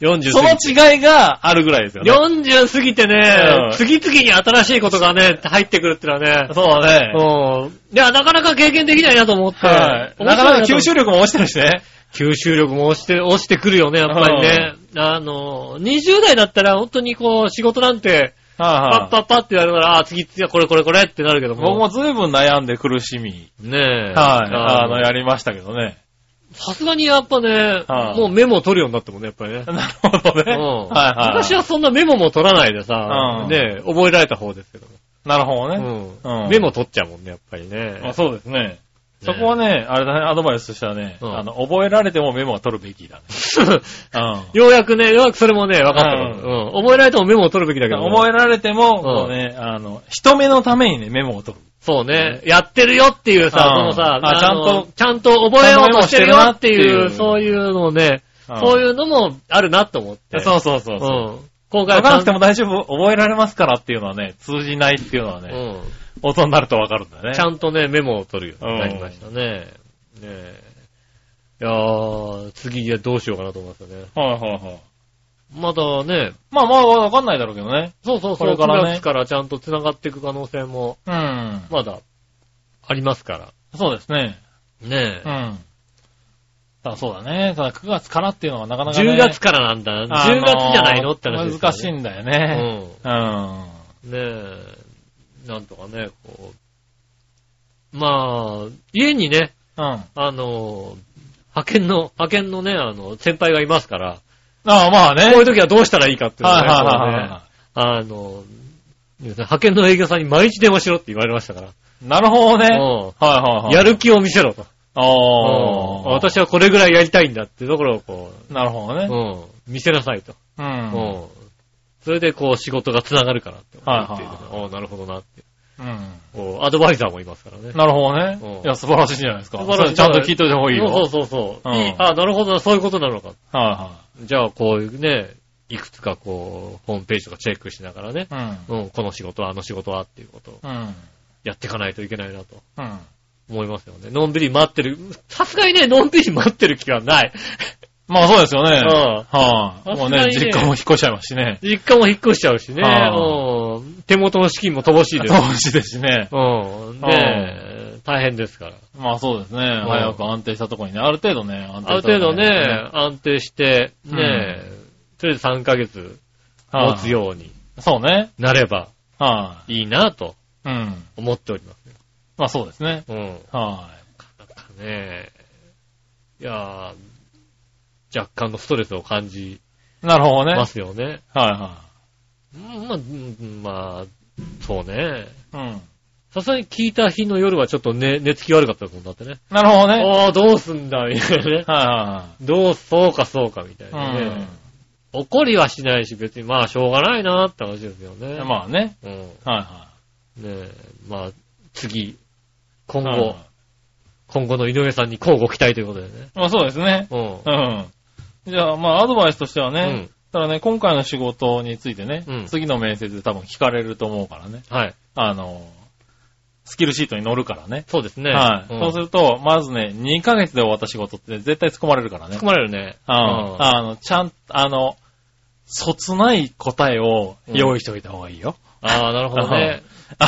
B: 40
C: そ
B: 過
C: の
B: ぎて。
C: 違いがあるぐらいですよね。
B: 40過ぎてね
C: う、ん
B: 次々に新しいことがね、入ってくるってのはね、
C: そうね。
B: うん。いや、なかなか経験できないなと思って。
C: はい。なかなか吸収
B: 力。
C: 力も落ちてるしね。
B: 吸収力も落ちて、落ちてくるよね、やっぱりね。あの、20代だったら本当にこう、仕事なんて、パッ
C: はい
B: パッパッってやるから、あー、次、次はこれこれこれってなるけど
C: 僕
B: も。
C: も随分悩んで苦しみ、
B: ねえ。
C: はい。あの、
B: の
C: やりましたけどね。
B: さすがにやっぱね、
C: はい
B: もうメモを取るようになったもんね、やっぱりね。
C: なるほどね。
B: うん
C: はいはい。
B: 昔はそんなメモも取らないでさ
C: う、ん
B: ねえ覚えられた方ですけど
C: なるほどね。
B: も。
C: うん
B: メモ取っちゃうもんね、やっぱり
C: あ
B: ね。
C: そうですねそこはね、あれだね、アドバイスとしてはね、
B: うん
C: あの、覚えられてもメモは取るべきだね。う
B: ようやくね、ようやくそれもね、分かったのうん。覚えられてもメモを取るべきだけ
C: ん。
B: ども。
C: 覚えられても、こ
B: うん
C: うね、あの、人目のためにね、メモを取る。
B: そうね。やってるよっていうさ、
C: うん
B: そのさ、
C: あ
B: あの
C: ちゃんと
B: ちゃんと覚えようとしてるよって
C: ちゃんとメ
B: い
C: モしてるなっ
B: う、
C: ていう
B: そういうのをね、
C: うん
B: そういうのもあるなと思って。
C: そうそうそうそう。
B: うん。今回
C: わ
B: は
C: からなくても大丈夫、覚えられますからっていうのはね、通じないっていうのはね、
B: うん。
C: 大人になるとわかるんだよね。
B: ちゃんとね、メモを取るようになりましたね。ねえ。いやー、次はどうしようかなと思いますよね。
C: はいはいはい。
B: まだね、
C: まあまあわかんないだろうけどね。
B: そうそう
C: こ
B: そう、
C: れ
B: 9
C: からね
B: 月からちゃんと繋がっていく可能性も、
C: うん。
B: まだ、ありますから。
C: そうですね。
B: ね
C: う
B: え。
C: ん。ただそうだね。ただ9月からっていうのはなかなかね。
B: 10月からなんだ。
C: あの
B: 10月じゃないのって話ですよ
C: 難しい
B: ね。
C: んだよ
B: う
C: ね。う
B: ん。
C: ん。は
B: ねえ、なんとかね、こう、まあ、家にね、
C: い。うん。あ
B: あの、派遣の、派遣のね、あの、先輩がいますから、
C: あ、まあね。
B: こういう時はどうしたらいいかっていうのを
C: はい
B: ね
C: はいはい
B: こ
C: は
B: うねあの、派遣の営業さんに毎日電話しろって言われましたから、
C: い。なるほどね。
B: う
C: はいはいは
B: ん
C: い。
B: やる気を見せろと。
C: あ
B: うん
C: あ。
B: 私はこれぐらいやりたいんだっていうところをこ
C: なるほど
B: う、
C: ね。
B: うん見せなさいと。
C: う。
B: うんんそれでこう仕事が繋がるからって思っていて
C: はいはい
B: おうなるほどなって。
C: うん。
B: おうアドバイザーもいますからね。
C: なるほど
B: うん
C: ね。いや、素晴らしいじゃないですか。
B: 素
C: そ
B: 晴らし
C: れ
B: い
C: ちゃんと聞いといた方がいいよ。
B: そうそうそう。
C: うん
B: いいあ、なるほどな、そういうことなのか。
C: は
B: じゃあ、こういうね、いくつかこう、ホームページとかチェックしながらね
C: い、はい。
B: うん、この仕事は、あの仕事はっていうことを
C: うん。うん。
B: やっていかないといけないなと
C: うん。
B: 思いますよね。のんびり待ってる、さすがにね、のんびり待ってる気はない。
C: まあそうですよね。
B: うん
C: はい。もうね
B: さ、すがにね
C: 実家も引っ越しちゃいますしね。
B: 実家も引っ越しちゃうしね、
C: ああ
B: うん手元の資金も乏し いです。
C: そうしですしね。
B: うん、ねえ大変ですから。
C: まあそうですね。
B: ん
C: 早く安定したところにね、ある程度ね、安定
B: ある
C: したと
B: 程
C: こ
B: 度
C: にね
B: ね、安定して、ねえ、とりあえず3ヶ月持つ。ように
C: はいそうね。
B: なれば
C: はい
B: いなと
C: い。うん。
B: 思っております。
C: まあそうですね。
B: うん。なん
C: は
B: かね、いやー若干のストレスを感じ
C: い。なるほどね。は
B: ま
C: い
B: すよね。
C: は
B: うんまあ、うんまあ、そうね。
C: い。うん。
B: さすがに聞いた日の夜はちょっと寝、寝つき悪かったもんだってね。
C: なるほどね。はい
B: ああ、どうすんだ、みたいな ね。
C: は
B: どう、そうかそうか、みたい
C: いは。
B: ないね。怒りはしないし、別に、まあ、しょうがないなって話ですよね。
C: うん。まあね。
B: うん。ね
C: はいは
B: え、まあ、次、
C: い。
B: 今後、今後の井上さんに交互期待ということでね。
C: うんまあそうですね。
B: うん
C: う。ん。じゃあ、まあアドバイスとしてはね、ただね、今回の仕事についてね
B: うん、
C: 次の面接で多分聞かれると思うからね。
B: はい。
C: あの、スキルシートに乗るからね。
B: そうですね。
C: はい。
B: うん
C: そうすると、まずね、2ヶ月で終わった仕事って絶対突っ込まれるからね
B: 突っ込。まれるね。
C: うんあの、ちゃん、あの、そつない答えを用意 しておいた方がいいよ。
B: ああ、なるほどね。
C: あ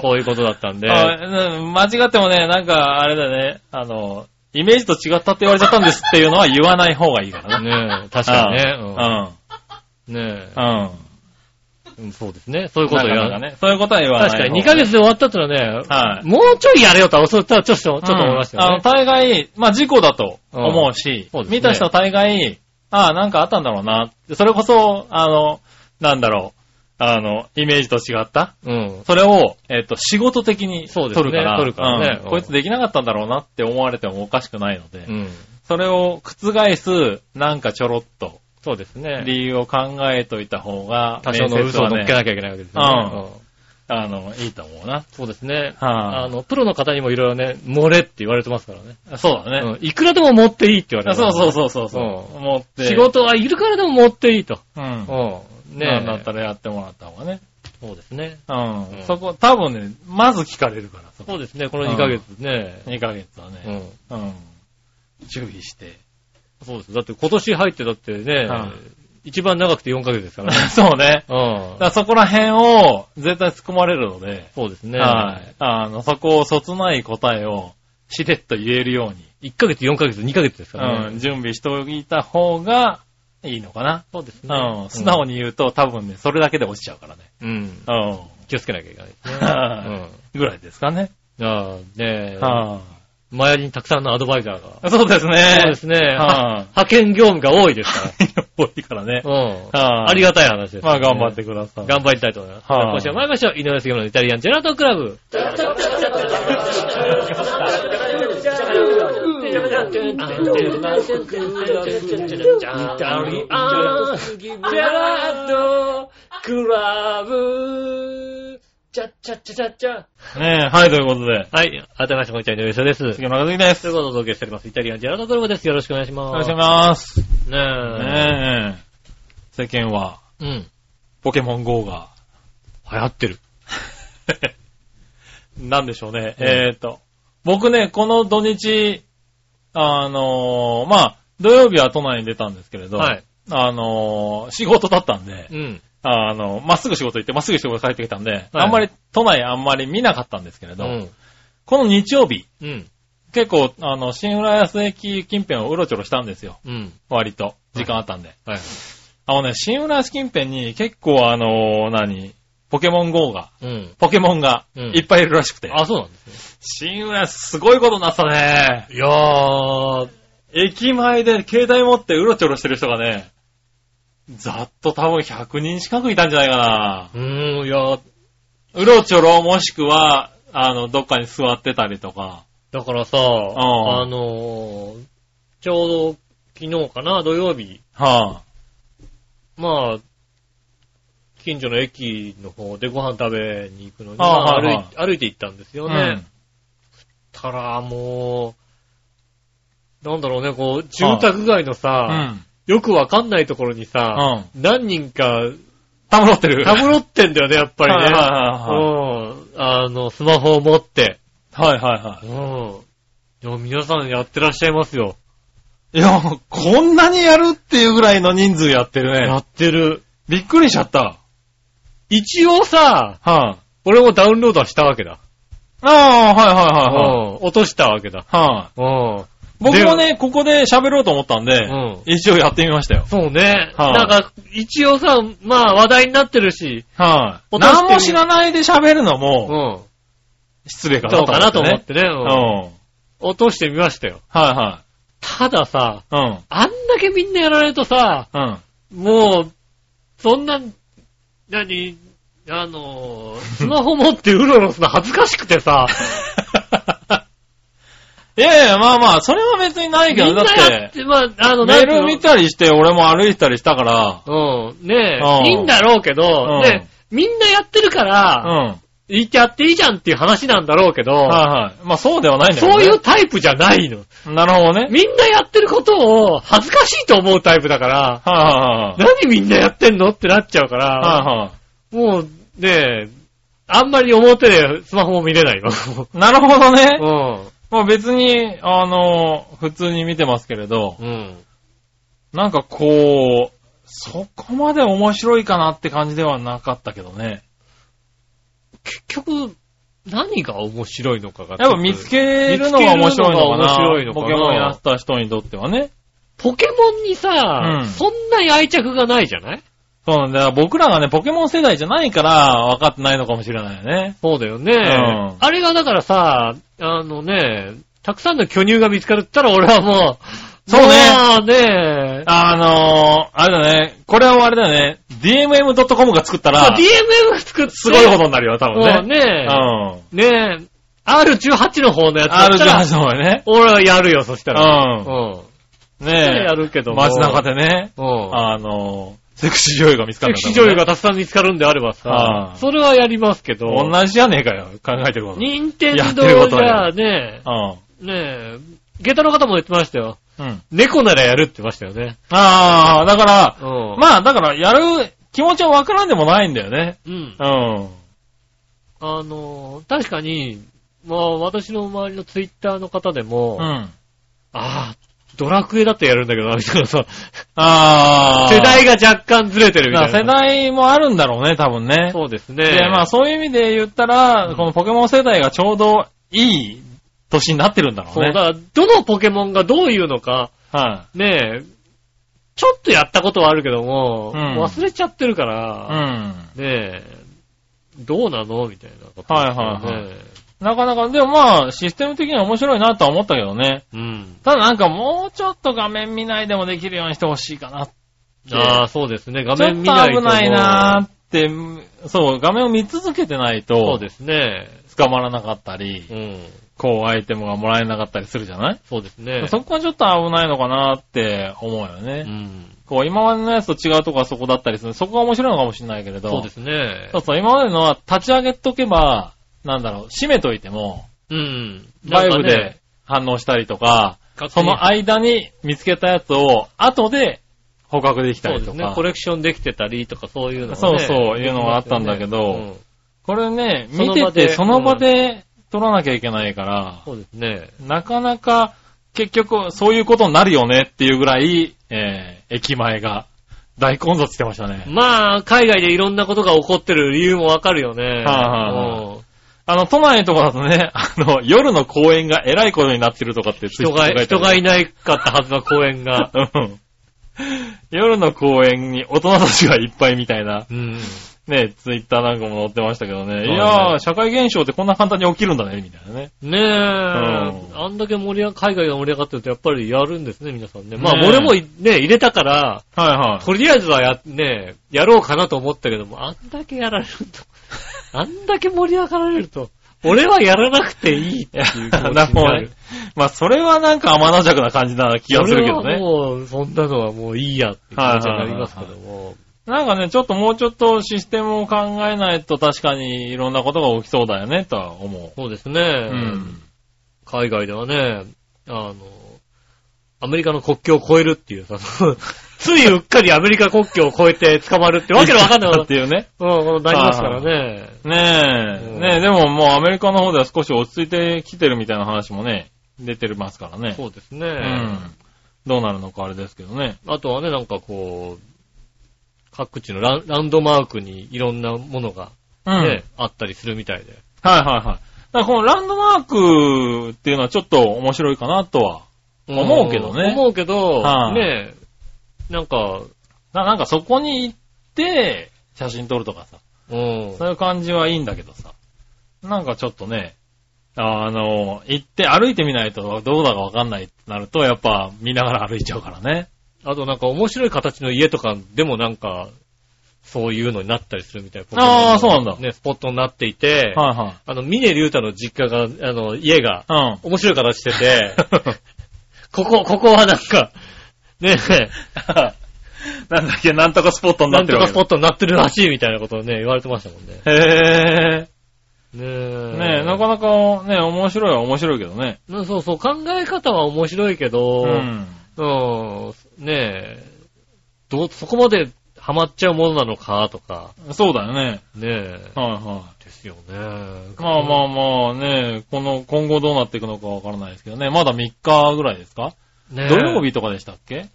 B: こういうことだったんで。
C: の、あうん間違ってもね、なんか、あれだね、あの、イメージと違ったって言われちゃったんですっていうのは言わない方がいいからね。
B: ねえ、確かに
C: うん。
B: ね。
C: うん。
B: うんね
C: うん。
B: えうん、そうですね。そういうことを言わ
C: な
B: なんい。
C: かね。そういうことは言わない
B: 確
C: 方が
B: か
C: いい。
B: に、2ヶ月で終わったってのはね、
C: はい。
B: もうちょいやれよとは、そうちょっと、ちょっと思いました
C: うんあ
B: よ
C: の、
B: ね。
C: 大概、まあ、事故だと思うし、
B: うんそうですね
C: 見た人は大概、ああ、なんかあったんだろうな。それこそ、あの、なんだろう。あの、イメージと違った。
B: うん。
C: それを、えっ、と、仕事的に
B: そ
C: 取
B: うで
C: る
B: すね
C: から、
B: 取るからね
C: うん
B: うん
C: こいつできなかったんだろうなって思われてもおかしくないので、
B: うん。
C: それを覆す、なんかちょろっと、
B: そうですね。
C: 理由を考えといた方が、
B: 多少の嘘を乗っ
C: 面接
B: け
C: はね
B: なきゃいけないわけですね。
C: うん
B: うん
C: あの、いいと思うな。
B: そうですね。
C: はあ
B: あの、プロの方にもいろいろね、漏れって言われてますからね。
C: そうだね。
B: うんいくらでも持っていいって言われ
C: あ
B: て
C: そ
B: ま
C: う
B: す
C: そう
B: う
C: そうそうそう。
B: う
C: 思って。
B: 仕事はいるからでも持っていいと。
C: うん。
B: うん。
C: ね
B: ね
C: な
B: え。
C: んだったらやってもらった方がね。
B: そうですね。
C: うん。
B: うん
C: そこ、多分ね、まず聞かれるから、そこ。
B: そうですね、この2ヶ月ね。
C: 2ヶ月は
B: う
C: ね。
B: ん。
C: うん。注意して。
B: そうです。だって今年入ってだってね
C: は、
B: 一番長くて4ヶ月ですからね。
C: そうね。
B: う
C: だ
B: ん
C: か。らそこら辺を絶対突っ込まれるので、
B: そうですね。
C: はい。あの、そこをそつない答えをしれっと言えるように、
B: 1ヶ月、4ヶ月、2ヶ月ですから
C: う
B: ね。
C: ん、準備しておいた方がいいのかな。
B: そうですね。
C: うん。素直に言うと多分ね、それだけで落ちちゃうからね。
B: うん。
C: う
B: 気をつけなきゃいけないですね。
C: は ん。ぐらいですかね。
B: うん。ああ、ねえ。
C: は
B: 周りにたくさんのアドバイザーが。
C: い。そうですね。
B: そうですね。
C: は
B: 派遣業務が多いですか
C: 多いからね。
B: ら。うん。
C: はい
B: ありがたい話ですね。
C: まあ頑張ってください。
B: 頑張りたいと思います。
C: はい
B: 今週も参りましょう。井上杉村のイタリアンジェラートクラブ。
C: ねえ、はい、ということで。
B: はい。改めまして、こんにちは、井上杉です。
C: 次の中杉です。
B: ということでお届けしております。イタリアンジェラートクラブです。よろしくお願いします。
C: お願いします。
B: す。ね
C: ねえ。世間は、
B: え。うん。
C: ポケモン GO が、
B: 流行ってる。
C: なんでしょうね。
B: うん
C: えっ、と、僕ね、この土日、あのーまあ、土曜日は都内に出たんですけれど、
B: はい。
C: あのー仕事だったんで
B: う、ん。
C: あの、まっすぐ仕事行って、まっすぐ仕事帰ってきたんで、あんまり、都内あんまり見なかったんですけれ
B: う
C: ど、
B: ん。
C: この日曜日、
B: うん。
C: 結構、あの、新浦安駅近辺をうろちょろしたんですよ。
B: うん。
C: 割と。時間あったんで。
B: はい。
C: あのね、新浦安近辺に結構あのー何ポケモン GO が、
B: うん。
C: ポケモンが
B: うん
C: いっぱいいるらしくて。
B: あ、そうなんですね。
C: 新浦安すごいことになったね。
B: いやー、
C: 駅前で携帯持ってうろちょろしてる人がね、ざっと多分100人近くいたんじゃないかな。
B: うーん、いやー、
C: うろちょろもしくは、あの、どっかに座ってたりとか。
B: だからさ、
C: ん
B: あのー、ちょうど昨日かな、土曜日、
C: は
B: まあ、近所の駅の方でご飯食べに行くのに、
C: ああ
B: まあ
C: はいは
B: 歩い歩いて行ったんです
C: あ、
B: よ
C: う
B: ね。
C: ん。
B: たら、もう、なんだろうね、こう、住宅街のさ、
C: うん。
B: よくわかんないところにさ、
C: うん。
B: 何人か、
C: たむろってる。
B: たむろってんだ よね、やっぱり
C: はい
B: ね。
C: は
B: うん。あの、スマホを持って。
C: いはいはい。はいはいは
B: うん。でも皆さんやってらっしゃいますよ。
C: い。いや、こんなにやるっていうぐらいの人数やってる
B: や
C: ね。
B: ってる。
C: びっくりしちゃった。
B: 一応さ、
C: はあ、
B: 俺もダウンロードはしたわけだ。
C: ああ、はいうはいはいはい。
B: ん。落としたわけだ。
C: はい、
B: うん。
C: 僕もね、ここで喋ろうと思ったんで、
B: うん
C: 一応やってみましたよ。
B: そうね。
C: はい
B: なんか、一応さ、まあ話題になってるし、
C: はい、
B: 落として
C: 何
B: み
C: も知らないで喋るの
B: う
C: も、
B: ん。
C: 失礼か
B: どうかな
C: な
B: と
C: と
B: 思
C: 思
B: っ
C: ってて
B: ね。
C: ね。
B: うん落としてみましたよ。
C: うん。は
B: たださ、
C: いはい。
B: あんだけみんなやられるとさ、
C: うん。うん。
B: もう、そんな、何、あのー、スマホ持ってうろうろするの恥ずかしく てさ、
C: いやいや、まあまあ、それは別にない
B: みん
C: けど、だっ、
B: なやってて、まあ、あの、
C: メー
B: なん
C: ル
B: ていう
C: 見
B: の
C: たりして、俺も歩いたりしたから、
B: うん、ね
C: うん
B: え、いいんだろうけど、
C: うん
B: ねえみんなやってるか
C: うん。
B: ら、
C: はい
B: 言ってやっていいじゃんっていう話なんだろうけど、
C: はい。まあそうではないんだけど、
B: そう
C: ね。
B: いうタイプじゃないの。
C: う。なるほどね。
B: みんなやってることを恥ずかしいと思うタイプだから、
C: はいは いはい。
B: 何みんなやってんのってなっちゃうから、
C: はいはい。
B: もうねえ、あんまり表でスマホも見れないの。
C: なるほどね。
B: うん。
C: まあ別に、あの、普通に見てますけれど、
B: うん。
C: なんかこう、そこまで面白いかなって感じではなかったけどね。
B: 結局、何が面白いのかが。
C: やっぱ見つけるのが面白いのかな。
B: 見つけるのが面白いのかな
C: ポケモンやった人にとってはね。
B: ポケモンにさ、
C: うん
B: そんなに愛着がないじゃない
C: そうなんだよ。僕らがね、ポケモン世代じゃないから分かってないのかもしれないよね。
B: そうだよね、
C: ん
B: あれがだからさ、あのね、たくさんの巨乳が見つかるったら俺はもう、
C: そうね
B: まあね
C: あのー、あれだね、これはあれだよね、dmm.com が作った
B: まあ
C: ら、
B: DMM が作って。
C: すごいこと
B: と
C: になるよ、多分
B: ね。
C: ね。うん。
B: ねえ。ねえ。R18 の方のやつだったら
C: R18 の方ね。
B: 俺はやるよ、そしたら。
C: う
B: うん。
C: ん。
B: それ
C: ね
B: やるけ
C: え。
B: ども。
C: 街中でね、
B: うん。
C: あのー、セクシー女優が見つか
B: セ
C: る
B: クシー女優がたくさん見つかるんであれば
C: あ
B: さ
C: あ、
B: それはやりますけど、
C: 同じじゃねえかよ、考えてること。
B: 任天
C: やってるこ
B: 堂じ
C: とはや
B: ゃね、
C: うん。
B: ねえ、下駄の方も言ってましたよ。
C: うん。
B: 猫ならやるって言ってましたよね。
C: ああ、だから、
B: うん。
C: まあ、だから、やる気持ちはわからんでもないんだよね。
B: うん
C: う。ん。
B: あの、確かに、まあ私の周りのツイッターの方でも、
C: う
B: あ
C: ん。
B: あ、ドラクエだってやるんだけどな、みたいなさ、
C: ああ。
B: 世代が若干ずれてるみたいな。
C: 世代もあるんだろうね、多分ね。
B: そうですね。
C: で、まあ、そういう意味で言ったら、
B: うん
C: このポケモン世代がちょうどいい年になってるんだろう
B: そう、
C: ね。
B: だから、どのポケモンがどういうのか、
C: は
B: ねえ、ちょっとやったことはあるけども、
C: うん
B: 忘れちゃってるか
C: い、
B: ら、ねえ、どうなのみたいなこと、
C: はいはいはい
B: ねえ
C: うん。なかなか、でもまあ、システム的には面白いなとは思ったけどね。
B: うん。
C: ただなんかもうちょっと画面見ないでもできるようにしてほしいかな。
B: ああ、そうですね。画
C: ちょ
B: 面
C: っ
B: 見な
C: と
B: いと。
C: 危ないなーって、そう、画面を見続けてない
B: そ
C: と
B: う、ですね。
C: 捕まらなかったり、
B: うん。
C: こうアイテムがもらえなかったりするじゃない、
B: そうですね。
C: そこはちょっと危ないのかなって思うよ
B: う
C: ね。
B: ん。
C: こう今までのやつと違うとこはそこだったりする。そこが面白いのかもしれないけれど。
B: そうですね
C: そう。そう今までのは立ち上げとけば、なんだろう、閉めといても、
B: うん。
C: バイブ
B: なんかね
C: で、反応したりとか、
B: 勝手
C: そ
B: に
C: の間に見つけたやつを後で捕獲できた
B: そう
C: り
B: で
C: と
B: す
C: か。
B: ね。コレクションできてたりとかそういうのがね
C: そうそういうのがあったんだけど
B: できますよね
C: これね、
B: そ
C: 見
B: の
C: て
B: 場で
C: てその場で撮らなきゃいけないから、
B: うんそうですね。
C: なかなか結局そういうことになるよねっていうぐらい、えー駅前が大混雑してましたね。
B: まあ、海外でいろんなことが起こってる理由もわかるよね。
C: はいはい
B: うん
C: あの、都内とかだとね、 あの、夜の公園が偉いことになってるとかってツイ
B: 人
C: ッター
B: が、
C: に書いて
B: 人
C: あ
B: が
C: る
B: いないかったはずの公園が。
C: うん夜の公園に大人たちがいっぱいみたいな、
B: うん。
C: ね、ツイッターなんかも載ってましたけどね。
B: ね
C: いやー、社会現象ってこんな簡単に起きるんだね、みたいなね。
B: ねえ、
C: ん
B: あんだけ盛り上が、海外が盛り上がってるとやっぱりやるんですね、皆さんね。まあ、
C: ねえ
B: 俺もいね、入れたから、
C: はいはい。
B: とりあえずはや、ね、やろうかなと思ったけども、あんだけやられる と、あんだけ盛り上がられると、俺はやらなくていいっていう気 持ちに
C: な
B: な
C: るほどね
B: る。。
C: まあ、それはなんか甘なじゃくな感じな気がするけど
B: 俺は
C: ね。
B: もう、そんなのはもういいやって気持ちになりますけども。
C: なんかね、ちょっともうちょっとシステムを考えないと確かにいろんなことが起きそうだよね、とは思
B: そうです
C: う。
B: ね
C: う。ん。
B: 海外ではね、あの、アメリカの国境を越えるっていうさ、その ついうっかりアメリカ国境を越えて捕まるってわけのわかんないこ
C: だ
B: と
C: っ ていうね。
B: うん、このなりますからね。
C: ねえ。
B: うん
C: ねえ、でももうアメリカの方では少し落ち着いてきてるみたいな話もね、出てますからね。
B: そうですね。
C: うん。どうなるのかあれですけどね。
B: あとはね、なんかこう、各地のランランドマークにいろんなものが、
C: うん。はい
B: ねあったりするみたいで。
C: はいはい。だからこのランドマークっていうのはちょっと面白いかなとは。思うけどね
B: ん思うけど、
C: はい
B: ねなんか、
C: ななんかそこに行って、写真撮るとかさ。
B: うん。
C: そういう感じはいいんだけどさ。なんかちょっとね、あの、行って歩いてみないとどうだかわかんないってなると、やっぱ見ながら歩いちゃうからね。
B: あとなんか面白い形の家とかでもなんか、そういうのになったりするみたいな。
C: あーそうなんだ
B: ね、スポットになっていて、
C: は
B: あの、峰竜太の実家が、あの、家が
C: いはい。
B: 面白い形し てて、ここ、ここはなんか、ね
C: う
B: え、
C: ん。 なんだっけ、なんとかスポットにな
B: な
C: っ
B: ん
C: て
B: と
C: るわ
B: か
C: け
B: スポットになってるらしいみたいなことをね、言われてましたもんね。
C: へ
B: ね
C: ぇ
B: え
C: ー。ねえ、なかなかね、面白いは面白いけどね。
B: ねそうそう、考え方は面白いけど、
C: うん。
B: うんねえ、どう、そこまでハマっちゃうものなのかとか、
C: そうだよね。
B: ねえ、
C: はいは
B: ですよね。
C: い。まあまあまあね、この、今後どうなっていくのかわからないですけどね。まだ3日ぐらいですか
B: ねえ
C: 土曜日とかでしたっけ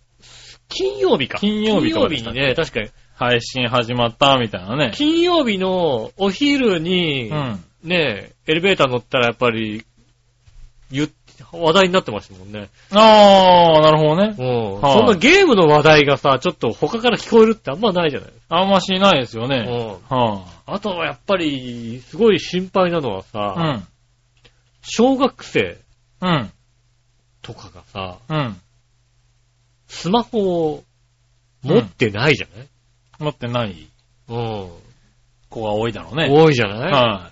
B: 金曜日か。
C: 金曜日とかでし
B: 金
C: たっ
B: 曜日
C: け
B: にね、確かに。
C: 配信始まったみたいなね。
B: 金曜日のお昼に、
C: うん。
B: ねえ、エレベーター乗ったらやっぱり、言っ話題になってましたもんね。
C: ああ、なるほどね
B: う。ん。
C: はい
B: そんなゲームの話題がさ、ちょっと他から聞こえるってあんまないじゃない
C: あんましないですよね。
B: うん。
C: は
B: あとはやっぱり、すごい心配なのはさ、
C: あ、
B: 小学生
C: うん。うん。
B: とかがさ、
C: うん。
B: スマホを持ってないじゃない、
C: 持ってない
B: うん、
C: 子が多いだろうね。
B: 多いじゃない、
C: は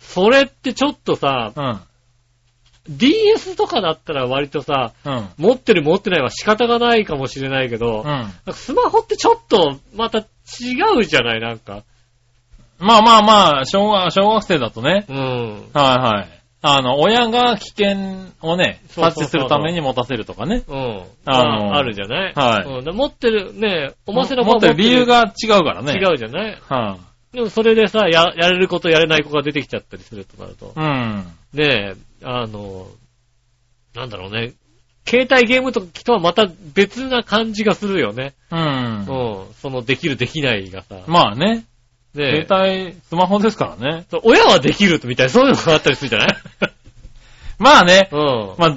B: それってちょっとさ
C: い。、うん。
B: DS とかだったら割とさ、
C: うん。
B: 持ってる持ってないは仕方がないかもしれないけ
C: う
B: ど、
C: ん。
B: なんかスマホってちょっとまた違うじゃないなんか。
C: まあまあまあ、小学、小学生だとね。
B: うん。
C: はいはい。あの、親が危険をね、
B: そうそ
C: 察
B: うそう
C: 知するために持たせるとかね。
B: うん。
C: あの
B: まああるじゃない
C: はい
B: うんで持ってる、ね、おませの
C: 持ってる理由
B: が
C: が違うからね。
B: 違うじゃない、
C: はい、
B: でもそれでさ、や、やれることやれない子が出てきちゃったりするとなると。
C: うん。
B: ねえ、あの、なんだろうね。携帯ゲームときとはまた別な感じがするよね。
C: うん。
B: うん。そのできるできないがさ。
C: まあね、
B: ねえ。
C: 携帯、スマホですからね。
B: そう親はできるみたいな、そういうのがあったりするじゃない
C: まあね、
B: うん。
C: まあ、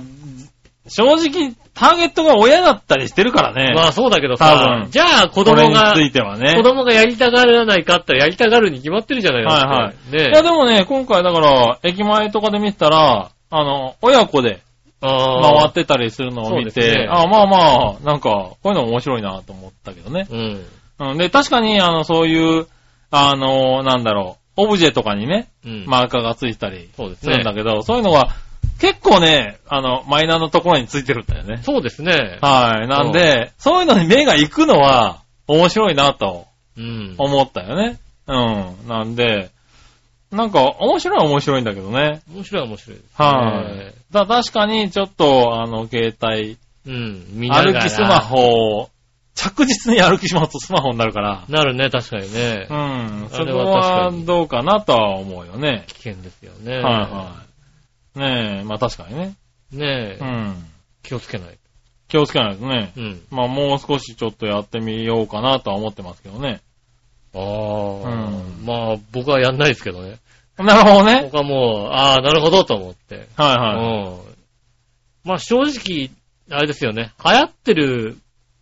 C: 正直、ターゲットが親だったりしてるからね。
B: まあそうだけどさ
C: 多、分
B: じゃあ子
C: これ
B: 供
C: に
B: が、
C: ついてはね。
B: 子供がやりたがらないかって言ったらやりたがるに決まってるじゃないですか。。
C: はい
B: ね
C: い
B: え
C: やでもね、今回だから、駅前とかで見てたら、あの、親子で回
B: あー
C: ってたりするのを見
B: そうです
C: て、
B: ね
C: あまあまあ、なんか、こういうの面白いなと思ったけどね。
B: うん。
C: うん、で、確かに、あの、そういう、あの、なんだろう、オブジェとかにね、
B: うん。あ、
C: マーカーがついてたり
B: そうです
C: するん
B: ね
C: だ。けど、そういうのは、結構ね、あの、マイナーのところについてるんだよね。
B: そうですね。
C: はい。なんで、そういうのに目が行くのは、面白いなと
B: うん。
C: 思ったよね。うん。なんで、なんか、面白いは面白いんだけどね。
B: 面白い面白いですね。
C: はい。だ確かに、ちょっと、あの、携帯、
B: うん。見なが
C: 歩
B: ら
C: きスマ。ホを、着実に歩きスマホとスマホになるから、
B: なるね、確かにね
C: う。ん。そ
B: あれ
C: れ
B: は確か
C: は
B: に
C: どうかなとは思うよね。
B: 危険ですよね。
C: はいはい。ねえ、まあ確かにね。
B: い。ねえ
C: う、ん。
B: 気をつけない。
C: 気をつけないですね。
B: うん。
C: まあもう少しちょっとやってみようかなとは思ってますけどね。
B: ああ、
C: うん
B: まあ、僕はやんないですけどね。
C: なるほどね。
B: 僕はもう、ああ、なるほどと思って。
C: はいはい。
B: うん。まあ、正直、あれですよね。流行ってる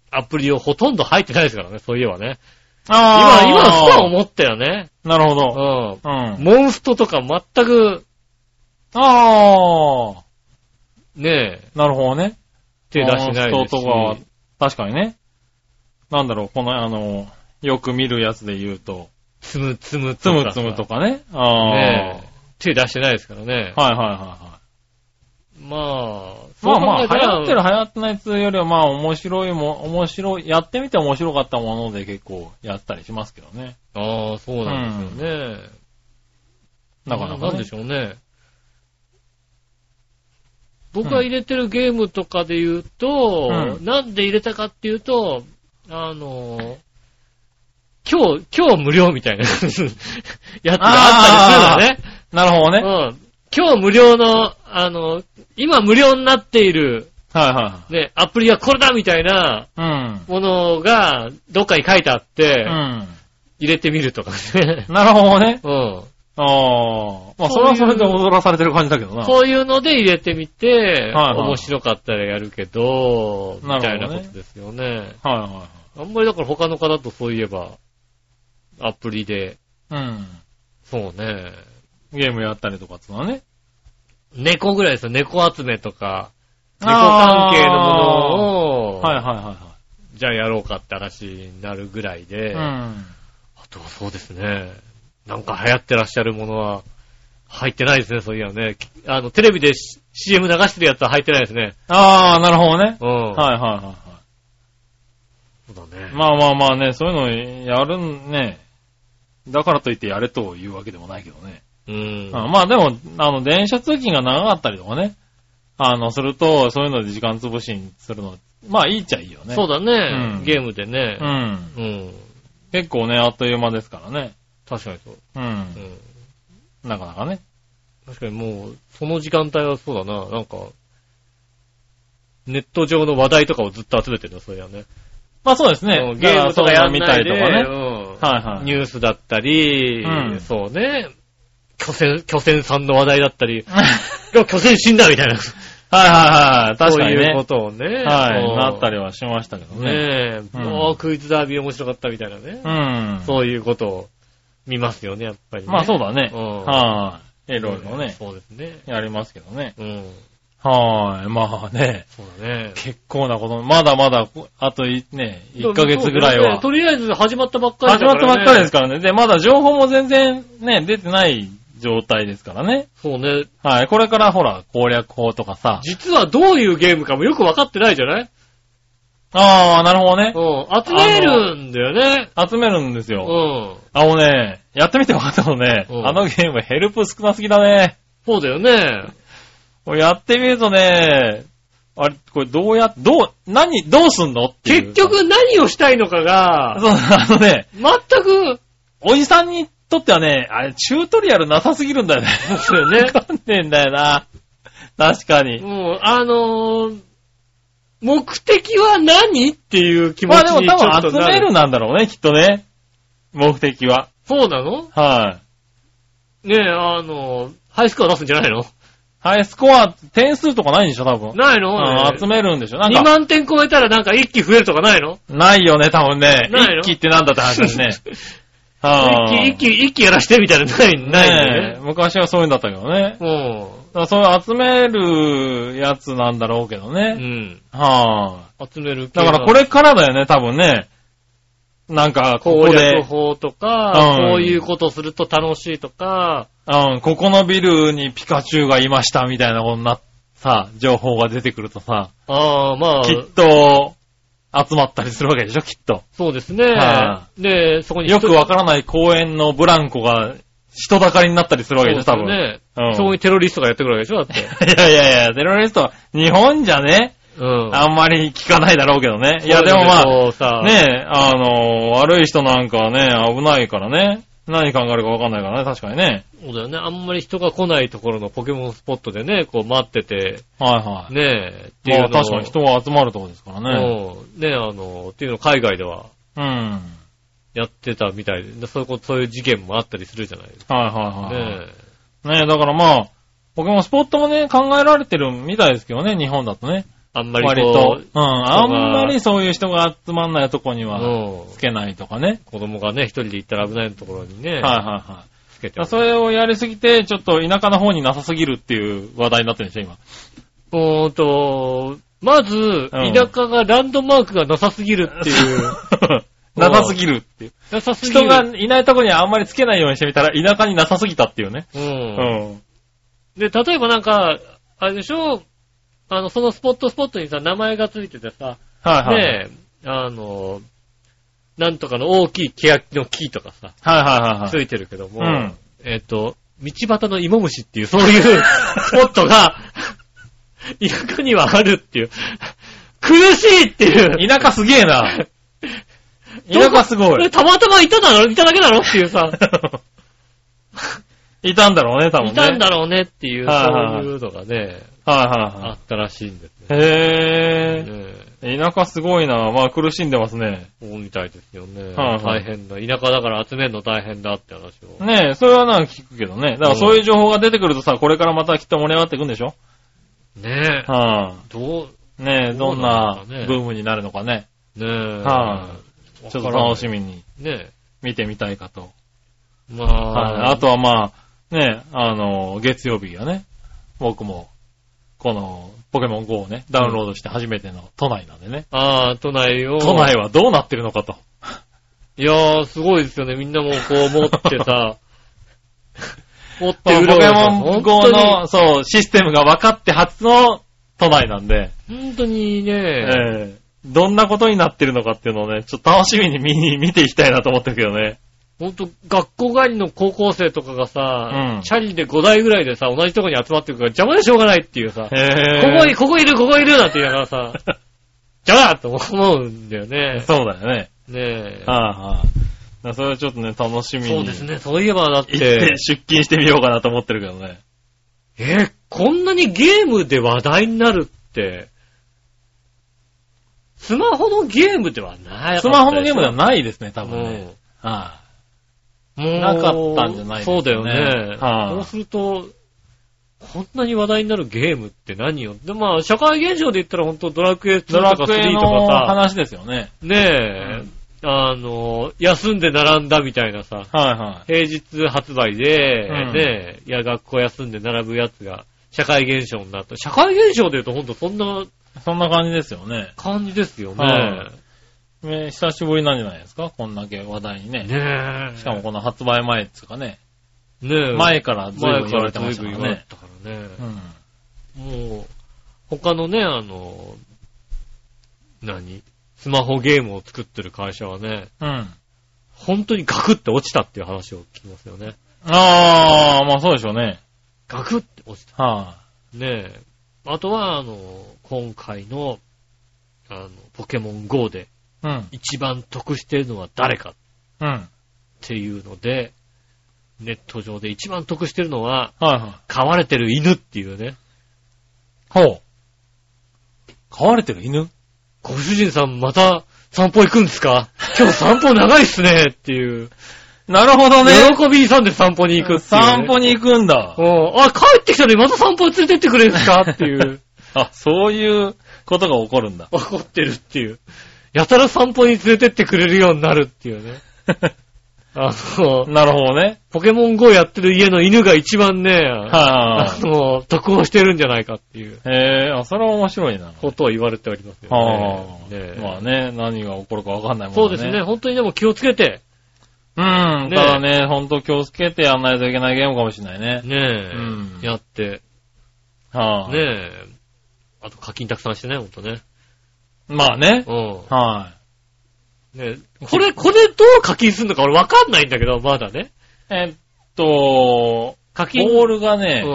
B: アプリをほとんど入ってないですからね、そういえばね。今、
C: あー
B: 今、ふと思ったよね。
C: なるほ
B: う
C: ど。
B: ん。
C: うん。
B: モンストとか全く、
C: あ
B: ねえ、
C: あ、なるほどね。
B: 手出してないですし。
C: 人とかは、確かにね。なんだろう、この、あの、よく見るやつで言うと、
B: つむつむ
C: つ
B: とか
C: む
B: さ。
C: つむとかね。ああ、
B: ねえ手出してないですからね。
C: はいはいはいはい。
B: まあ、
C: まあまあ、
B: そう考え
C: 流
B: たら
C: 行ってる流行ってないつよりは、まあ面白いも、面白い、やってみて面白かったもので結構やったりしますけどね。
B: ああ、そうなんですよね。
C: なかなか、ね。
B: なんでしょうね。僕が入れてるゲームとかで言うと、
C: う
B: なんで入れたかっていうと、あの、今日、今日無料みたいなやつがあったりす
C: なるほど
B: る
C: ね。
B: のね。うん。今日無料の、あの、今無料になっている、
C: はいは
B: ね、アプリはこれだみたいない
C: はい。
B: ものが、どっかに書いてあって
C: う、ん。
B: 入れてみるとかね
C: う。ん。なるほどね。
B: うん。
C: ああ。まあ、そ
B: そう
C: れは
B: いう
C: それで踊らされてる感じだけどな。
B: こういうので入れてみて、
C: はいはい
B: 面白かったらやるけど、み
C: な
B: た
C: る
B: いな
C: ほどね
B: ことですよね。
C: はいは
B: あんまりだから他の方だとそういえば、アプリで、
C: いはい。うん。
B: そうね。
C: ゲームやったりとかってのはね。
B: 猫ぐらいですよ。猫集めとか、猫関係のも
C: を。
B: のを、
C: はいはいは
B: じゃあやろうかって話になるぐらいで、
C: い
B: あ
C: はい。うん。
B: とはそうですね。なんか流行ってらっしゃるものは、入ってないですね、そういえばね。あの、テレビで CM 流してるやつは入ってないですね。
C: ああ、なるほどね。
B: うん。
C: はいはいはいはい。
B: そうだね。
C: まあまあまあね、そういうのやるんね。だからといってやれというわけでもないけどね。
B: うん。
C: あまあでも、あの、電車通勤が長かったりとかね。あの、すると、そういうので時間潰しにするの、まあいいっちゃいいよね。
B: そうだね、
C: うん
B: ゲームでね
C: う。ん。
B: うん。
C: 結構ね、あっという間ですからね。
B: 確かにそう。
C: う。
B: うんん。
C: なかなかね。
B: 確かにもう、その時間帯はそうだな、なんか、ネット上の話題とかをずっと集めてるの、それはね。
C: まあそうです
B: う
C: ね
B: ん。ゲームとかやん
C: み
B: な
C: た
B: い
C: り
B: で、
C: とかね。
B: うん
C: はいはい。
B: ニュースだったり、
C: うん
B: そうね、巨船、巨船さんの話題だったり、いや巨船死んだみたいな、
C: はいはいはい。確かに
B: そういうこ
C: ね。
B: とをね、
C: はい。なった
B: り
C: りはしましたけどね。
B: ね。え、
C: うん
B: もうクイズダービー面白かったみたいなね、
C: うん。
B: そういうことを見ますよね、やっぱり、ね。
C: まあそうだね。
B: うん
C: はい。いろいろね。
B: そうですね。
C: やりますけどね。
B: うん。
C: はーい。まあね。
B: そうだね。
C: 結構なこと、まだまだ、あといね、1ヶ月ぐらいは。
B: とりあえず始まったばっかりだ
C: 始
B: か
C: ま
B: ら、
C: ったば
B: ね。
C: っかりですからね。で、まだ情報も全然ね、出てない状態ですからね。
B: そうね。
C: はい。これからほら、攻略法とかさ。
B: 実はどういうゲームかもよくわかってないじゃない
C: ああ、なるほどね
B: う。ん。集めるんだよね。
C: 集めるんです
B: う
C: よ。
B: ん。
C: あのね、やってみて分かったのね、
B: うん
C: あのゲームヘルプ少なすぎだね。
B: そうだよね。
C: これやってみるとね、あれ、これどうや、どう、何、どうすんのっていう
B: 結、局何をしたいのかが、
C: そう、あのね、
B: 全く、
C: おじさんにとってはね、あれ、チュートリアルなさすぎるんだよね。
B: そうよね
C: わかんねえんだよな。確かに。
B: うん、あのー目的は何っていう気持ち
C: まあでも
B: にちょっとな
C: 多
B: る。
C: 分集めるなんだろうね、きっとね。目的は。
B: そうなの
C: はい。
B: ねえ、あのーハイスコア出すんじゃないの
C: ハイスコア、点数とかないんでしょ、多分。
B: ないの、
C: うん集めるんでしょ。なんか
B: 2、万点超えたらなんか一気増えるとかないの
C: ないよね、多分ね。
B: ないの
C: 一期ってなんだって話だし ね。はあ
B: 一気、一気、一気やらしてみたいなのない、ないんだ
C: ねえ
B: よね。
C: 昔はそういうんだったけどね。だからそれ集めるやつなんだろうけど
B: うん。う
C: ね。
B: ん。
C: は
B: 集める
C: い。だからこ
B: れ、
C: れからだよね、多分ね。なんか、こ
B: 攻
C: こ
B: 略
C: で、
B: 法とか、
C: うん
B: こういうことすると楽しいとか、
C: うん、ここのビルにピカチュウがいましたみたいなことになさ、情報が出てくるとさ、
B: ああ、まあ、
C: きっと、集まったりするわけでしょ、きっと。
B: そうですね
C: は。
B: で、そこに
C: よくわからない公園のブランコが人だかりになったりするわけでしょ、多分。
B: ね。
C: うん
B: そういうテロリストがやってくるわけでしょだっ て。
C: いやいやいや、テロリストは、日本じゃね、
B: うん。
C: あんまり聞かないだろうけどね。いや、でもま
B: こういうのでこうさ
C: あ、ねえ、あの悪い人なんかはね、危ないからね。何考えるかわかんないからね、確かにね。
B: そうだよね。あんまり人が来ないところのポケモンスポットでね、こう待ってて、
C: はいはい。
B: ねえ、っていう
C: ま
B: の
C: あ、確かに人が集まるとこですからね。
B: うんねえ、あの、っていうのを海外では
C: うん。はい
B: やってたみたいでで、そういうこと、そういう事件もあったりするじゃないですか。
C: はいはい。
B: ね
C: ねえ、だからまあ、ポケモンスポットもね、考えられてるみたいですけどね、日本だとね。
B: あんまり
C: 割。
B: ことう、
C: うん。あんまりそういう人が集まんないとこに
B: う
C: は、
B: ん
C: つけないとかね。
B: 子供がね、一人で行ったら危ないところにね、
C: はいはいはい。
B: つけて
C: あ。それをやりすぎて、ちょっと田舎の方になさすぎるっていう話題になってるんでしょ、今。
B: うーんと、まず、
C: うん
B: 田舎がランドマークがなさすぎるっ ていう。
C: なさすぎるっていう。
B: なさすぎる。
C: 人がいないとこにはあんまりつけないようにしてみたら、田舎になさすぎたっていうね。
B: う。
C: うんん。
B: で、例えばなんか、あれでしょあの、そのスポットスポットにさ、名前がついててさ、
C: はいはい。
B: ねえ、あの、なんとかの大きい欅の木とかさ、
C: はいはいはいは
B: つ
C: い。
B: いてるけども、
C: うん
B: えっと、道端の芋虫っていう、そういう スポットが、田舎にはあるっていう。苦しいっていう。
C: 田舎すげえ な。田舎すご
B: これ
C: い。
B: たまたまいただろいただけだろっていうさ、
C: いたんだろうね、多分ね。
B: いたんだろうねっていう、
C: はいはいは
B: そ
C: いう
B: いうのがね、あ
C: は
B: ったらしいんですね。
C: いはいはい。へ
B: ねえ
C: え。田舎すごいな。まあ苦しんでますね。
B: そうみたいですよね。
C: はいは
B: 大
C: い
B: 変だ。田舎だから集めるの大変だって話を。
C: ねえ、それはなんか聞くけどね。だからそういう情報が出てくるとさ、これからまたきっと盛り上がっていくんでしょ
B: ねえ。
C: はい。
B: ど
C: ねえ、
B: ど
C: ど
B: うんなん
C: な
B: だろうね
C: ブームになるのかね。
B: う、ねえ。
C: は
B: わ
C: ち
B: か
C: ょ
B: ら
C: っと
B: ない
C: 楽しみに
B: ね
C: 見てみたいかと。
B: え。ま
C: はい。
B: あ、
C: あとはまあ、ねえ、あの、月曜日はね、僕も、この、ポケモン GO をね、ダウンロードして初めての都内なんでね。
B: ああ、都内を。
C: 都内はどうなってるのかと。
B: いやー、すごいですよね。みんなもうこう持って さ、持っ
C: ポ
B: て
C: ケ
B: うろうろさ
C: モン GO の、そう、システムが分かって初の都内なんで、
B: 本当にね、
C: ええどんなことになってるのかっていうのをね、ちょっと楽しみに見に、 見ていきたいなと思ってるけどね。
B: ほんと学校帰りの高校生とかがさ、
C: うん
B: チャリで5台ぐらいでさ、同じとこに集まってくるから邪魔でしょうがないっていうさ、こ
C: へえ。
B: こい、ここいる、ここいるなんて言いなが らさ、邪魔だと思うんだよね。
C: そうだよね。
B: ねえ。
C: はいはい。だからそれはちょっとね、楽しみに。
B: そうですね。そういえばだっ
C: 行って
B: て、
C: 出勤してみようかなと思ってるけどね。
B: え、こんなにゲームで話題になるって、スマホのゲームではない。
C: スマホのゲームでは
B: な
C: ないですね、多
B: い
C: 分ね。は
B: もう
C: なかったんじゃないですかね
B: そうだよね。
C: はい
B: そうすると、こんなに話題になるゲームって何よ。で、まあ、社会現象で言ったら本当ドラクエ2
C: いドラ
B: とか
C: クエ
B: 3と
C: の
B: か
C: 話ですよね。
B: さ、ねえ、あの、休んで並んだみたいな
C: は
B: さ、
C: いは
B: 平日発売で、
C: うん
B: ねえ、いや、学校休んで並ぶやつが、社会現象になった。社会現象で言うとほんとそんな
C: そんな感じですよね。
B: 感じですよね。
C: はね久しぶりなんじゃないですかこんだけ話題にね。
B: ねえ。
C: しかもこの発売前っつうかね、
B: ねえ。
C: 前からずいぶ
B: 前
C: ん言
B: か
C: わ
B: ら
C: れてま
B: 随
C: した
B: 分
C: か
B: 言
C: ら
B: われ
C: ね。
B: たからね。
C: うん。
B: もう、他のね、あの、何スマホゲームを作ってる会社はね、
C: うん。
B: 本当にガクって落ちたっていう話を聞きますよね。
C: ああ、まあそうでしょうね。
B: ガクって落ちた。
C: は
B: ねえ。あとは、あの、今回の、あの、ポケモン GO で
C: い、うん。
B: 一番得してるのは誰か
C: うん。はい
B: っていうので、ネット上で一番得してるのは、
C: は
B: 飼われてる犬っていうね。
C: い。ほう。飼われてる犬
B: ご主人さんまた散歩行くんですか今日散歩長いっすねっていう。
C: なるほどね。
B: 喜びさんで散歩に行くっていう、ね。
C: 散歩に行くんだ。
B: うん。あ、帰ってきたのにまた散歩に連れてってくれるんですかって いう。
C: あ、そういうことが起こるんだ。
B: 怒ってるっていう。やたら散歩に連れてってくれるようになるっていうね。あ の、
C: なるほどね。
B: ポケモン GO やってる家の犬が一番ね、あ
C: は
B: の、得をしてるんじゃないかっていう
C: い、へえ、あ、それは面白いな。
B: ことを言われておりますよ
C: はあ、
B: ね。ねえ
C: まあね、何が起こるかわかんないも
B: そうん
C: ね。
B: ですね。。本当にでも気をつけて。
C: うん、
B: ね
C: ただね、ほんと気をつけてやんないといけないゲームかもしれないね。
B: ねえ、
C: うん
B: やって。
C: はあ、
B: ねえ。あと課金たくさんしてね、ほんとね。
C: まあね。
B: うん。
C: はい、
B: ねこれ、これどう課金するのか俺わかんないんだけど、まだね。
C: えっと、
B: 課金。
C: ボールがね、
B: う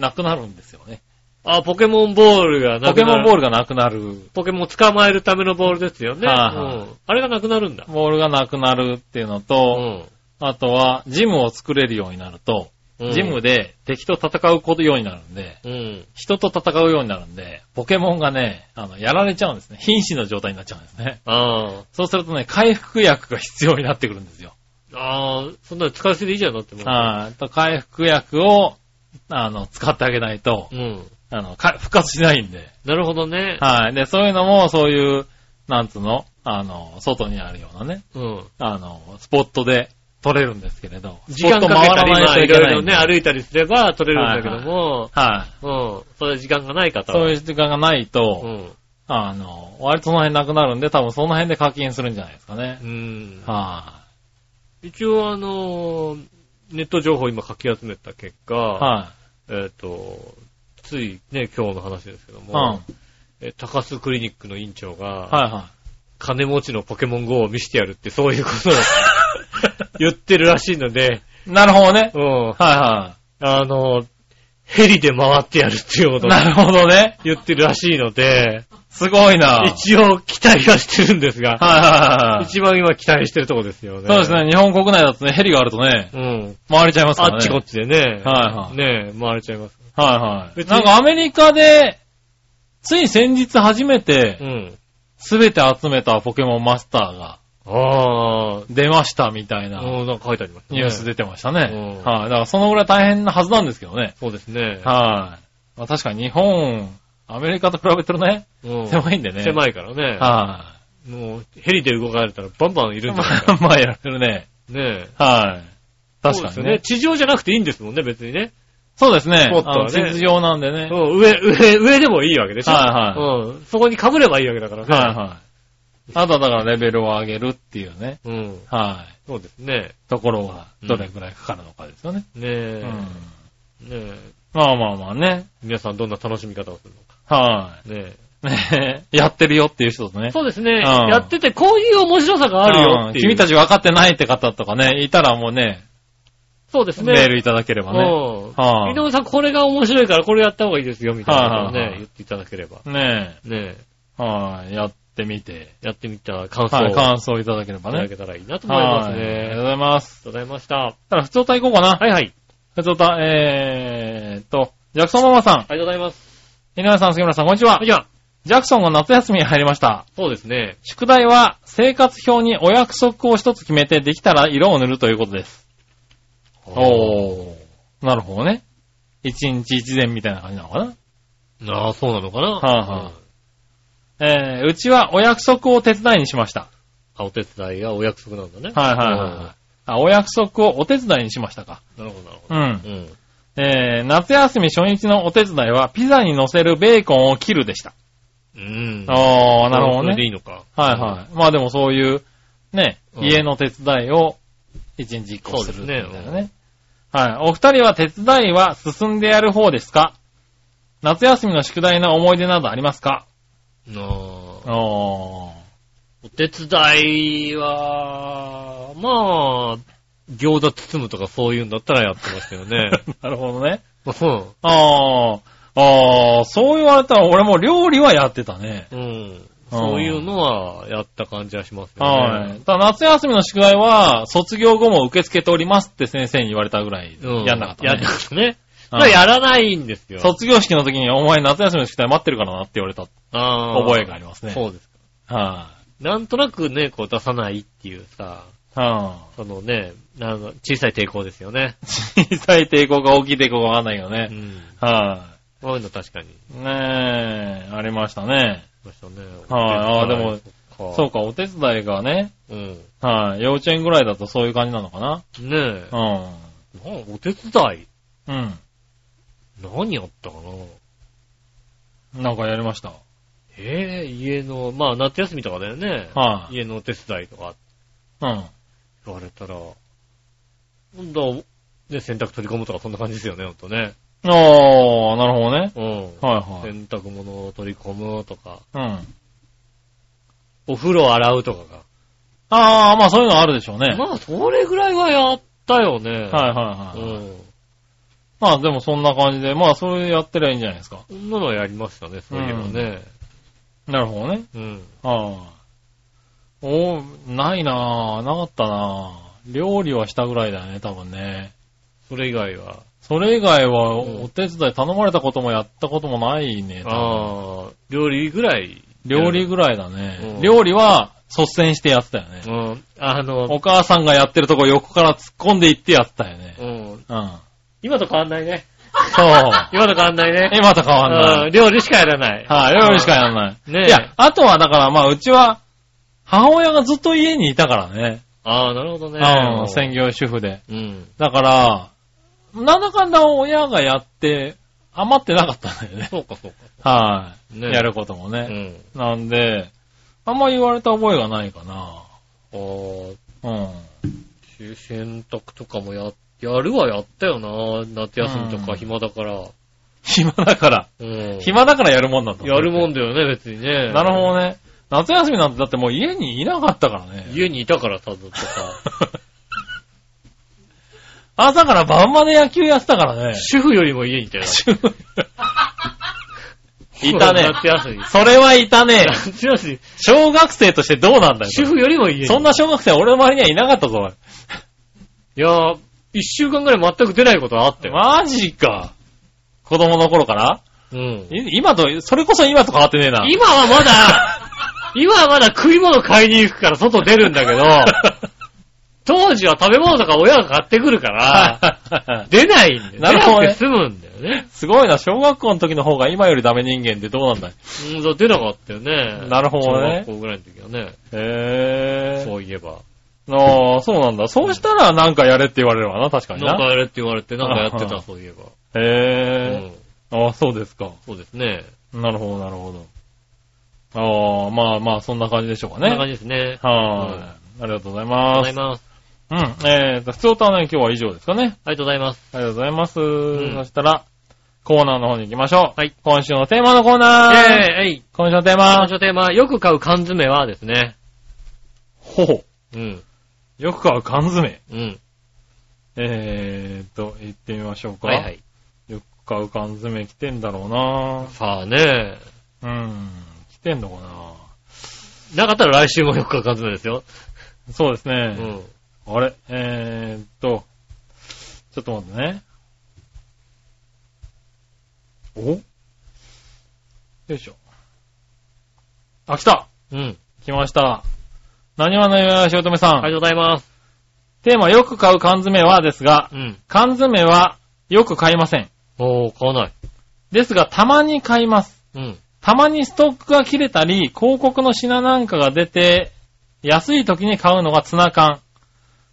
B: ん。
C: なくなるんですよね。
B: あ、ポケモンボールがな
C: ポ
B: く
C: ケ
B: な
C: モ
B: る。
C: ンボー
B: ル。
C: ルがなくなる。
B: ポケモン捕まえるためのボールですよね。
C: はいはい
B: うん。あれがなくなるんだ。
C: ボールがなくなるっていうの
B: う
C: と、
B: ん。
C: あとは、ジムを作れるようになると、
B: うん
C: ジムで敵と戦うことようになるんで、
B: うん。
C: 人と戦うようになるんで、ポケモンがね、あの、やられちゃうんですね。瀕死の状態になっちゃうんですね。
B: あ
C: そうするとね、回復薬が必要になってくるんですよ。
B: あ。ああ、そんなの使わせていいじゃんだってもう。
C: はいと回復薬を、あの、使ってあげないと、
B: うん。
C: あの、か復活しないんで。
B: なるほどね。
C: はい。で、そういうのも、そういう、なんつうの、あの、外にあるようなね、
B: うん。
C: あの、スポットで取れるんですけれど、
B: 時間かけたり、まあいろいろね、歩
C: いて。
B: いたりすれば取れるんだけども、
C: はい。
B: うん。それ時間がない方は。
C: そういう時間がないと、
B: うん。
C: あの、割とその辺なくなるんで、多分その辺で課金するんじゃないですかね
B: う。ん。
C: は
B: 一応あのー、ネット情報を今かき集めた結果、
C: い。は
B: えっ、と、ついね、今日の話ですけど
C: い。
B: も
C: うん。、はい
B: え高須クリニックの院長が、
C: は
B: 金持ちのポケモン GO を見せてやるってそういうことを 言ってるらしいので、
C: い。なるほどね
B: う。ん、
C: はいは
B: あの、ヘリで回ってやるっていうこ
C: い。
B: と を
C: なるほどね。
B: 言ってるらしいので、
C: すごいな。はい
B: 一応期待はしてるんですが、
C: はいはい。
B: 一番今期待してるとこですよね。
C: そうです。ね。日本国内だとね、ヘリがあるとね、
B: うん。
C: 回れちゃいますか
B: あ
C: らね。
B: っちこっちでね。
C: はいはい
B: ねえ、回れちゃいます。
C: はいはい。
B: 別に
C: なんかアメリカで、つい先日初めて
B: う、ん。
C: すべて集めたポケモンマスターが
B: ああ、
C: 出ましたみたいな
B: うん、なんか書いてありますね。
C: ニュース出てましたね。
B: うん
C: はい。だからそのぐらい大変なはずなんですけどね。
B: そうですね。
C: はい。まあ確かに日本、アメリカと比べてるね、
B: うん
C: 狭いんでね。い。
B: 狭いからね。
C: は
B: もう、ヘリで動かれたらバンバンい
C: い。
B: るんじ
C: ま
B: ゃない
C: あ
B: か。、
C: まあやられるね。
B: ねえ。
C: はい。確
B: そうで
C: か
B: すよ
C: にね。
B: 地上じゃなくていいんですもんね、別にね。
C: そうですね。
B: スポットはね
C: あの地図上なんでね。
B: うん上、上、上でもいいわけでしょ。
C: はい
B: はい。うん。そこに被ればいいわけだからね。
C: はいはい。あとはだからレベルを上げるっていうね。
B: うん。
C: は
B: そうですね。
C: い。ところが、どれくらいかかるのかですよね。う
B: ねえ
C: ん。。
B: ねえ。
C: まあまあまあね。
B: 皆さんどんな楽しみ方をするのか。
C: は
B: ね
C: い。ね えやってるよっていう人と
B: え。
C: ね。
B: そうですね。
C: ん
B: やっててこういう面白さがあるよっていう。
C: 君た
B: ち。
C: ち分かってないって方とかね、いたらもうね、
B: そうですね。
C: メールいただければね。
B: うん
C: はあ
B: 井上さんこれが面白いからこれやった方がいいですよ、みたいなことを
C: はいはいは
B: ね、
C: い
B: 言っていただければ。
C: ね
B: ね
C: え。はい。やってみて。
B: え。やってみた感想を
C: はいい。感想いただければ
B: ただ
C: ね。
B: けたらいいなと思いま
C: は
B: す
C: い。ありがとう
B: ね。
C: ございます。
B: ありがとうございました。
C: ただ、普通歌行こうかな。
B: はいはい。
C: 普通歌、えーっと、ジャクソンママさん、
B: ありがとうございます。
C: 井上さん、杉村さん、こんにちは
B: はい、。じゃあ、
C: ジャクソンが夏休みに入りました。
B: そうですね。
C: 宿題は、生活表にお約束を一つ決めて、できたら色を塗るということです。おー。なるほどね。一日一善みたいな感じなのかな。
B: ああ、そうなのかな
C: はいはいえー、うちはお約束を手伝いにしました。
B: あ、お手伝いがお約束なんだね。
C: はいはいはいはい。あ、お約束をお手伝いにしましたか。
B: い。なるほど、なるほ
C: う
B: ど。
C: ん。
B: うん。
C: えー、夏休み初日のお手伝いは、ピザに乗せるベーコンを切るでした。
B: うん。
C: ああ、なるほ
B: そ
C: ど
B: れでい
C: ね。
B: いのか。
C: はいはい。まあでもそういう、ね、
B: うん
C: 家の手伝いを、一日一個するみたいな
B: そうで
C: ね。
B: すね
C: はい。お二人は手伝いは進んでやる方ですか夏休みの宿題の思い出などありますか
B: なあ
C: おー。
B: お手伝いは、まあ、餃子包むとかそういうんだったらやってますけどね。
C: なるほどね。
B: うん
C: ああ、ああ、そう言われたら俺も料理はやってたね。
B: うん。そういうのはやった感じはしますけどね。
C: はい。ただ夏休みの宿題は、卒業後も受け付けておりますって先生に言われたぐらい、
B: うん。
C: やんなかったね。
B: やんなかったね。
C: う
B: そ
C: ん
B: れはやらないんですよ。
C: 卒業式の時に、お前夏休みの宿題待ってるからなって言われた
B: あー
C: 覚えがありますね。
B: そうです。
C: は
B: なんとなくね、こう出さないっていうさ、
C: い、は
B: そのね、あの、小さい抵抗ですよね。
C: い。小さい抵抗か大きい抵抗かわかんないけど
B: う
C: ね。
B: ん。
C: は
B: そういうの確かに。
C: い、ねえ、ありましたね。
B: ましたね。
C: はいあーでも
B: も
C: そうか、お手伝いがね、
B: う。うん。
C: はい、幼稚園ぐらいだとそういう感じなのかな。
B: ねえ。
C: うん。
B: なんお手伝い
C: うん。
B: 何やったかな
C: なんかやりました。
B: ええ家の、まあ夏休みとかだよね。
C: はい、
B: 家のお手伝いとか
C: うん。
B: 言われたら、今度は、ね、洗濯取り込むとかそんな感じですよね、ほんとね。
C: ああ、なるほどね。
B: うん。
C: はいはい。
B: 洗濯物を取り込むとか、
C: うん。
B: お風呂洗うとかが。
C: ああ、まあそういうのあるでしょうね。
B: まあ、それぐらいはやったよね。
C: はいはいはい。
B: うん。
C: まあでもそんな感じで、まあそれやってりゃいいんじゃないですか。
B: そんなのやりましたね、そういえばね。
C: なるほどね。
B: うん。
C: ああ。おーないなぁ、なかったなぁ。料理はしたぐらいだね、多分ね。
B: それ以外は。
C: それ以外は
B: うん
C: お手伝い頼まれたこともやったこともないね。多分
B: ああ、料理ぐらい。
C: 料理ぐらいだね。
B: うん
C: 料理は率先してやってたよね
B: う。ん。あの、
C: お母さんがやってるとこ横から突っ込んでいってやってたよね。
B: うん。
C: うん。
B: 今と変わんないね。
C: そう。
B: 今と変わんないね。
C: え、また変わんない。
B: うん料理しかやらない。
C: はい、料理しかやらない。
B: ねえ
C: いや、あとはだから、まあ、うちは、母親がずっと家にいたからね。
B: ああ、なるほどね。
C: うん、専業主婦で。
B: うん。
C: だから、なんだかんだ親がやって、余ってなかったんだよね。
B: そうか、そうか。
C: はい、
B: ね
C: やることも
B: う
C: ね。
B: ん。
C: なんで、あんま言われた覚えがないかな。
B: ああ、
C: うん。
B: 洗濯とかもや、やるはやったよな。夏休みと
C: う
B: か
C: ん
B: 暇だから。
C: 暇だから。
B: うん。
C: 暇だからやるもんなんだ。
B: やるもん
C: で。
B: だよね、別にね。
C: なるほどね。夏休みなんてだってもう家にいなかったからね。
B: 家にいたからさ、ずっとさ。
C: 朝から晩まで野球やってたから ね。
B: 主婦よりも家にいたよ。
C: いたね。
B: 夏休み。
C: それはいたね。
B: 夏休み。
C: 小学生としてどうなんだよ。
B: 主婦よりも家に。
C: そん。な小学生俺の周りにはいなかったぞ。
B: いやー、一週間ぐらい全く出ないことはあったよ。
C: マジか。子供の頃から
B: うん。
C: い今と、それこそ今と変わってねえな。
B: 今はまだ、今はまだ食い物買いに行くから外出るんだけ ど、当時は食べ物とか親が買ってくるから、出ないんだよ。
C: なるほどね
B: 出なくて済むんだよね。
C: すごいな、小学校の時の方が今よりダメ人間ってどうなんだい
B: うん、そう出なかったよね。
C: なるほどね
B: 小学校ぐらいの時はね。
C: へ
B: そういえば。
C: ぇああ、そうなんだ。そうしたらなんかやれって言われるわな、確かに
B: なんか
C: な。
B: やれって言われて、なんかやって
C: あは
B: た、そういえば。う
C: へ
B: ん。
C: ぇああ、そうですか。
B: そうですね。
C: なるほど、なるほど。ああ、まあまあ、そんな感じでしょうか
B: こんな感
C: ね。
B: じですね。
C: はーい。ありがとうござい
B: ありがとう
C: ま
B: ござい
C: す。
B: ます。
C: うん。えーと、普通とはね、今日は以上ですかね。
B: ありがとうございます。
C: ありがとうございます。
B: ん
C: そしたら、コーナーの方に行きましょう。
B: はい。
C: 今週のテーマのコーナー。
B: えー、えい。
C: 今週のテー
B: 今
C: マ
B: 週。のテーマ、よく買う缶詰はですね。
C: ほほ。
B: うん。
C: よく買う缶詰。
B: うん。
C: えーと、行ってみましょうか。
B: はいはい。
C: よく買う缶詰来てんだろう
B: さあね。
C: なうん。来てんのかな
B: なかったら来週もよく買う缶詰ですよ。
C: そうです
B: う
C: ね。
B: ん。
C: あれえーっと、ちょっと待ってね。およいしょ。あ、来た
B: うん。
C: 来ました。何話のよしおとめさん。
B: ありがとうございます。
C: テーマ、よく買う缶詰はですが、
B: うん。
C: 缶詰はよく買いません。
B: おー、買わない。
C: ですが、たまに買います。
B: うん。
C: たまにストックが切れたり、広告の品なんかが出て、安い時に買うのがツナ缶、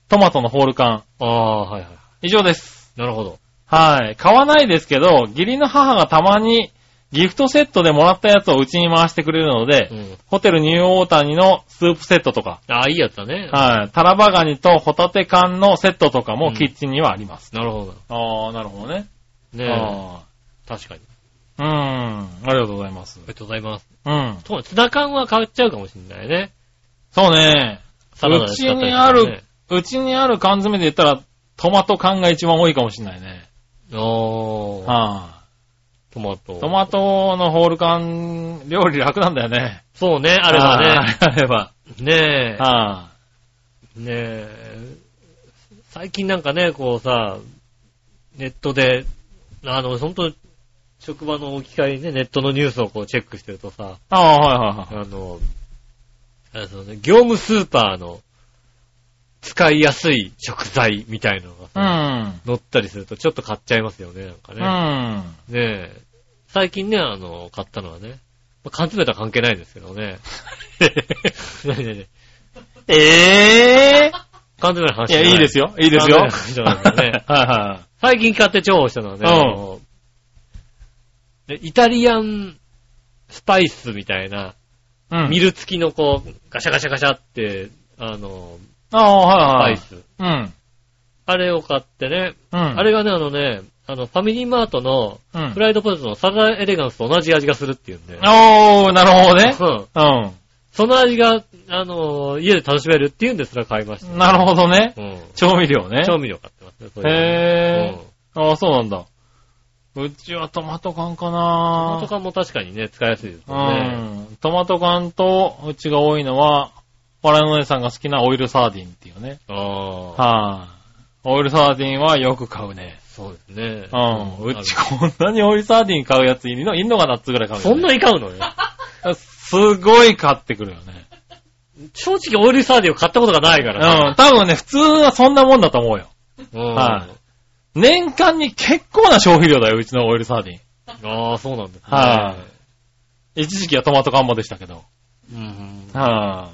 C: トマトのホール缶。
B: あー、はいは
C: 以上です。
B: い。なるほど。
C: はい。買わないですけど、義理の母がたまにギフトセットでもらったやつをうちに回してくれるので、
B: うん。
C: ホテルニューオータニのスープセットとか、
B: ああ、いいやつだね。
C: はい。タラバガニとホタテ缶のセットとか
B: う
C: も
B: ん
C: キッチンにはあります。
B: なるほど。
C: ああ、なるほどね。
B: ねえ。
C: あ
B: 確かに。
C: あ。うーん。ありがとうございます
B: あり。がとうございます。
C: うん。
B: そう、ツナ缶は買っちゃうかもしれないね。
C: そうね。
B: サラダで使ったりとか
C: う
B: ね
C: ちにある。うちにある缶詰で言ったら、トマト缶が一番多いかもしれないね。
B: おー。
C: は
B: トマト。
C: い。トマトのホール缶、料理楽なんだよね。
B: そうね、あればね。
C: あーあれば。
B: ねえ。
C: は
B: ねえ。最近なんかね、こうさ、ネットで、あの、ほんと、職場の置き換えにね、ネットのニュースをこうチェックしてるとさ、
C: い。ああ、はいはいはい。
B: あの、あれそうね、業務スーパーの使いやすい食材みたいのが
C: う
B: さ、
C: ん。
B: 載ったりするとちょっと買っちゃいますよね、なんか
C: うん。
B: ね。ねえ。最近ね、あの、買ったのはね、まあ缶詰とは関係ないですけ どね。何何
C: ええ
B: 缶詰の話
C: いや、いいです
B: よ。
C: よ。いいですよ。
B: 缶詰の話なんだよ ね
C: はいは
B: 最近買って重宝したのはね、
C: うん
B: あのでイタリアンスパイスみたいな、
C: い。うん。
B: ミル付きのこう、ガシャガシャガシャって、あの、
C: あ
B: ス
C: あ、は
B: パ
C: いは
B: イ
C: い。
B: ス。
C: うん。
B: あれを買ってね、
C: うん。
B: あれがね、あのね、あの、ファミリーマートの
C: うん
B: フ。ライドポテトのサラダエレガンスと同じ味がするっていうんで。
C: おー、なるほどね。
B: うん
C: う
B: その味が、あのー家で楽しめるっていうんですら買いました。
C: ん。なるほどね。
B: うん。
C: 調味料ね。
B: 調味料買ってますね、それ
C: へ
B: う
C: ー
B: ん。
C: ああ、そうなんだ。うちはトマト缶か
B: ト
C: な
B: マト缶も確かにね、使いやすいですよね。
C: うん。トマト缶と、うちが多いのは、笑いのお姉さんが好きなオイルサーディンっていうね。
B: ああ。
C: はい、オイルサーディンはよく買うね。
B: そうですね。
C: うん。うちこんなにオイルサーディン買うやついんのいんのかなっつぐらい買う、ね。
B: そんなに買うのね。
C: すごい買ってくるよね。
B: 正直オイルサーディンを買ったことがないか
C: う
B: らね
C: ん。多分ね、普通はそんなもんだと思うよ。
B: うん
C: はい年間に結構な消費量だよ、うちのオイルサーディン。
B: ああ、そうなんですね。
C: は一時期はトマト缶もでしたけど。
B: うん
C: は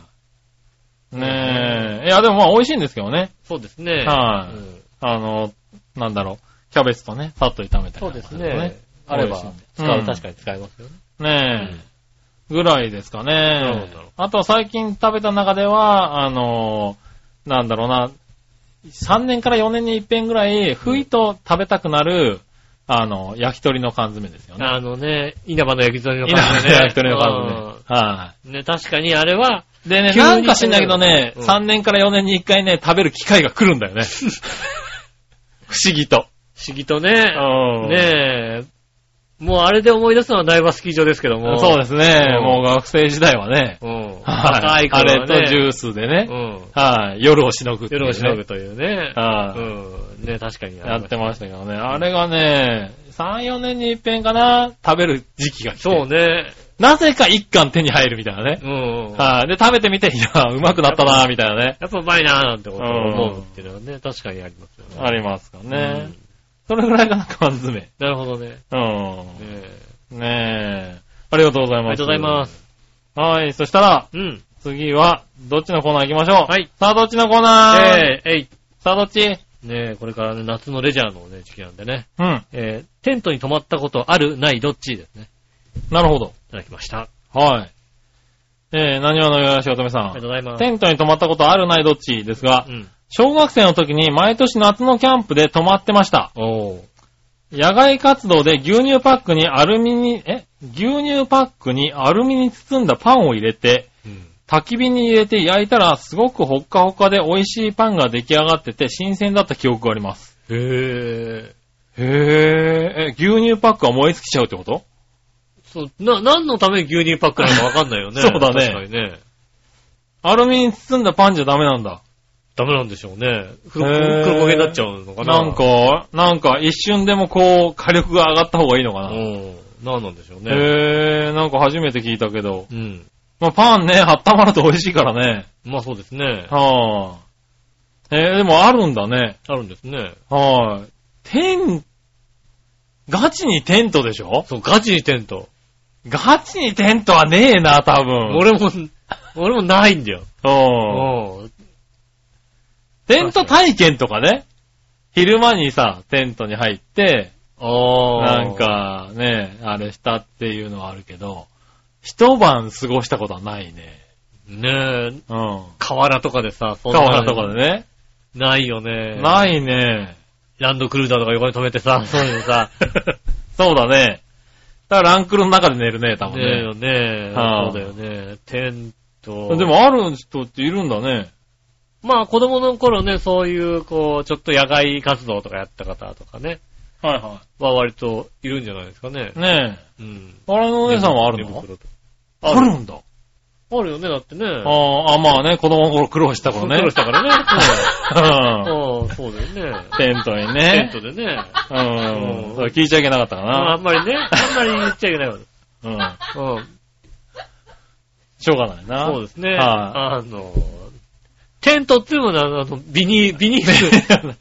C: ぁ、ねえ。いや、でもまあ美味しいんですけどね。
B: そうですね。
C: はい
B: うん
C: あの、なんだろう。キャベツとね、さっと炒めたり
B: そう
C: とか
B: ですね。あ
C: あれ
B: れ
C: ば
B: ば、使
C: う
B: う、
C: ん
B: 確かに使えますよね。
C: ねえ。ぐらいですかね
B: るほど。
C: あと最近食べた中では、あの、なんだろうな、3年から4年に一遍ぐらい、ふいと食べたくなる、あの、焼き鳥の缶詰ですよね。
B: あのね、稲葉の焼き鳥の
C: 今の
B: 感じ
C: ね
B: ね。
C: 焼き鳥の缶詰。はい。
B: うんね、確かにあれは、
C: でね、
B: 急に
C: なんか知んないけどね、
B: うん
C: 3年から4年に1回ね、食べる機会が来るんだよ ね。不思議と。
B: 不思議とね、
C: うん
B: ねえ、もうあれで思い出すのは台場スキー場ですけども。
C: そうですね。
B: うん
C: もう学生時代はね、
B: うん。
C: は
B: 若
C: い
B: い
C: あ
B: 頃
C: れ
B: はね、
C: とジュースでね、
B: うん。
C: はい、夜をしのぐっていう
B: 夜
C: ね
B: をしのぐというね。
C: は
B: う
C: い
B: ん。ね、確かに
C: やってましたけどね。あれがね、3、4年に一遍かな、食べる時期が来て。
B: そうね。
C: なぜか1貫手に入るみたいなね。
B: うん。
C: はい。で、食べてみて、いや、うまくなったな、みたいなね。
B: やっぱうまいなーなんてことを思うっていうのはね、確かにありますよね。
C: ありますか
B: う
C: ね
B: ん。
C: それぐらいかな、缶詰。
B: なるほどね。
C: うん。
B: ねえ
C: ねえ。ありがとうござい
B: あ
C: ます。。
B: りがとうございますす。
C: はい、そしたら、
B: うん。
C: 次は、どっちのコーナー行きましょう。
B: はい。
C: さあ、どっちのコーナー
B: ええ、えい。
C: さあ、どっち
B: ねえ、これからね、夏のレジャーのね、時期なんでね。
C: うん。
B: えーテントに泊まったことある、ない、どっちですね。
C: なるほど。
B: いただきました。
C: はい。えー、何話のよやしおとめさ
B: ありがと
C: ん。
B: うございます。
C: テントに泊まったことあるないどっちですが
B: う、ん。
C: 小学生の時に毎年夏のキャンプで泊まってました。
B: おー。
C: 野外活動で牛乳パックにアルミに、え牛乳パックにアルミに包んだパンを入れて、
B: うん。
C: 焚き火に入れて焼いたらすごくほっかほかで美味しいパンが出来上がってて新鮮だった記憶があります。
B: へえ。
C: へえ、牛乳パックは燃え尽きちゃうってこと
B: そう、な、何のために牛乳パックなのかわかんないよ ね。
C: そうだね
B: 確かにね。
C: アルミに包んだパンじゃダメなんだ。
B: ダメなんでしょうね。黒、
C: へー
B: 黒焦げになっちゃうのかな。
C: なん。か、なんか一瞬でもこう火力が上がった方がいいのかな。
B: うん。何なんでしょうね。
C: へえ、なんか初めて聞いたけど。
B: うん。
C: まあ、パンね、温まると美味しいからね。
B: まあそうですね。
C: はあ。えーでもあるんだね。
B: あるんですね。
C: はい。テン、ガチにテントでしょ
B: そう、ガチにテント。
C: ガチにテントはねえな、多分。
B: 俺も、俺もないんだよ。
C: うん
B: うん。
C: テント体験とかね。昼間にさ、テントに入って、
B: ああ。
C: なん。かね、あれしたっていうのはあるけど、一晩過ごしたことはないね。
B: ねえ、
C: うん。
B: 河原とかでさ、そんな
C: 河原とかでね。
B: ないよね。
C: ない ね。
B: ランドクルーザーとか横に止めてさ、そういうの さ、
C: そうだね。だからランクルの中で寝るね、多分
B: ねえよ
C: ね。
B: ね、
C: はあ
B: そうだよね。テント。
C: で、もある人っているんだね。
B: まあ子供の頃ね、そういう、こう、ちょっと野外活動とかやった方とかね、
C: はいは
B: は割といるんじゃないですかね。
C: い。ねえ。
B: うん。
C: あれのお姉さんはあるの
B: 寝袋と
C: あ
B: ある
C: るんだ。
B: あるよね、だってね。
C: あーあ、まあね、子供の頃苦労した頃ね。
B: 苦労し たからね。
C: うん
B: うん、そうだよね。
C: テントに
B: テン
C: ね
B: ト。でね。
C: うん
B: う。ん
C: それ聞いちゃいけなかったか
B: まああ
C: な。
B: んまりね、あんまり言っちゃいけないわけ。
C: うん。
B: うん。
C: しょうがないな。
B: そうですね。
C: はい
B: あの、テントっていうのは、あの、ビ ニビニール。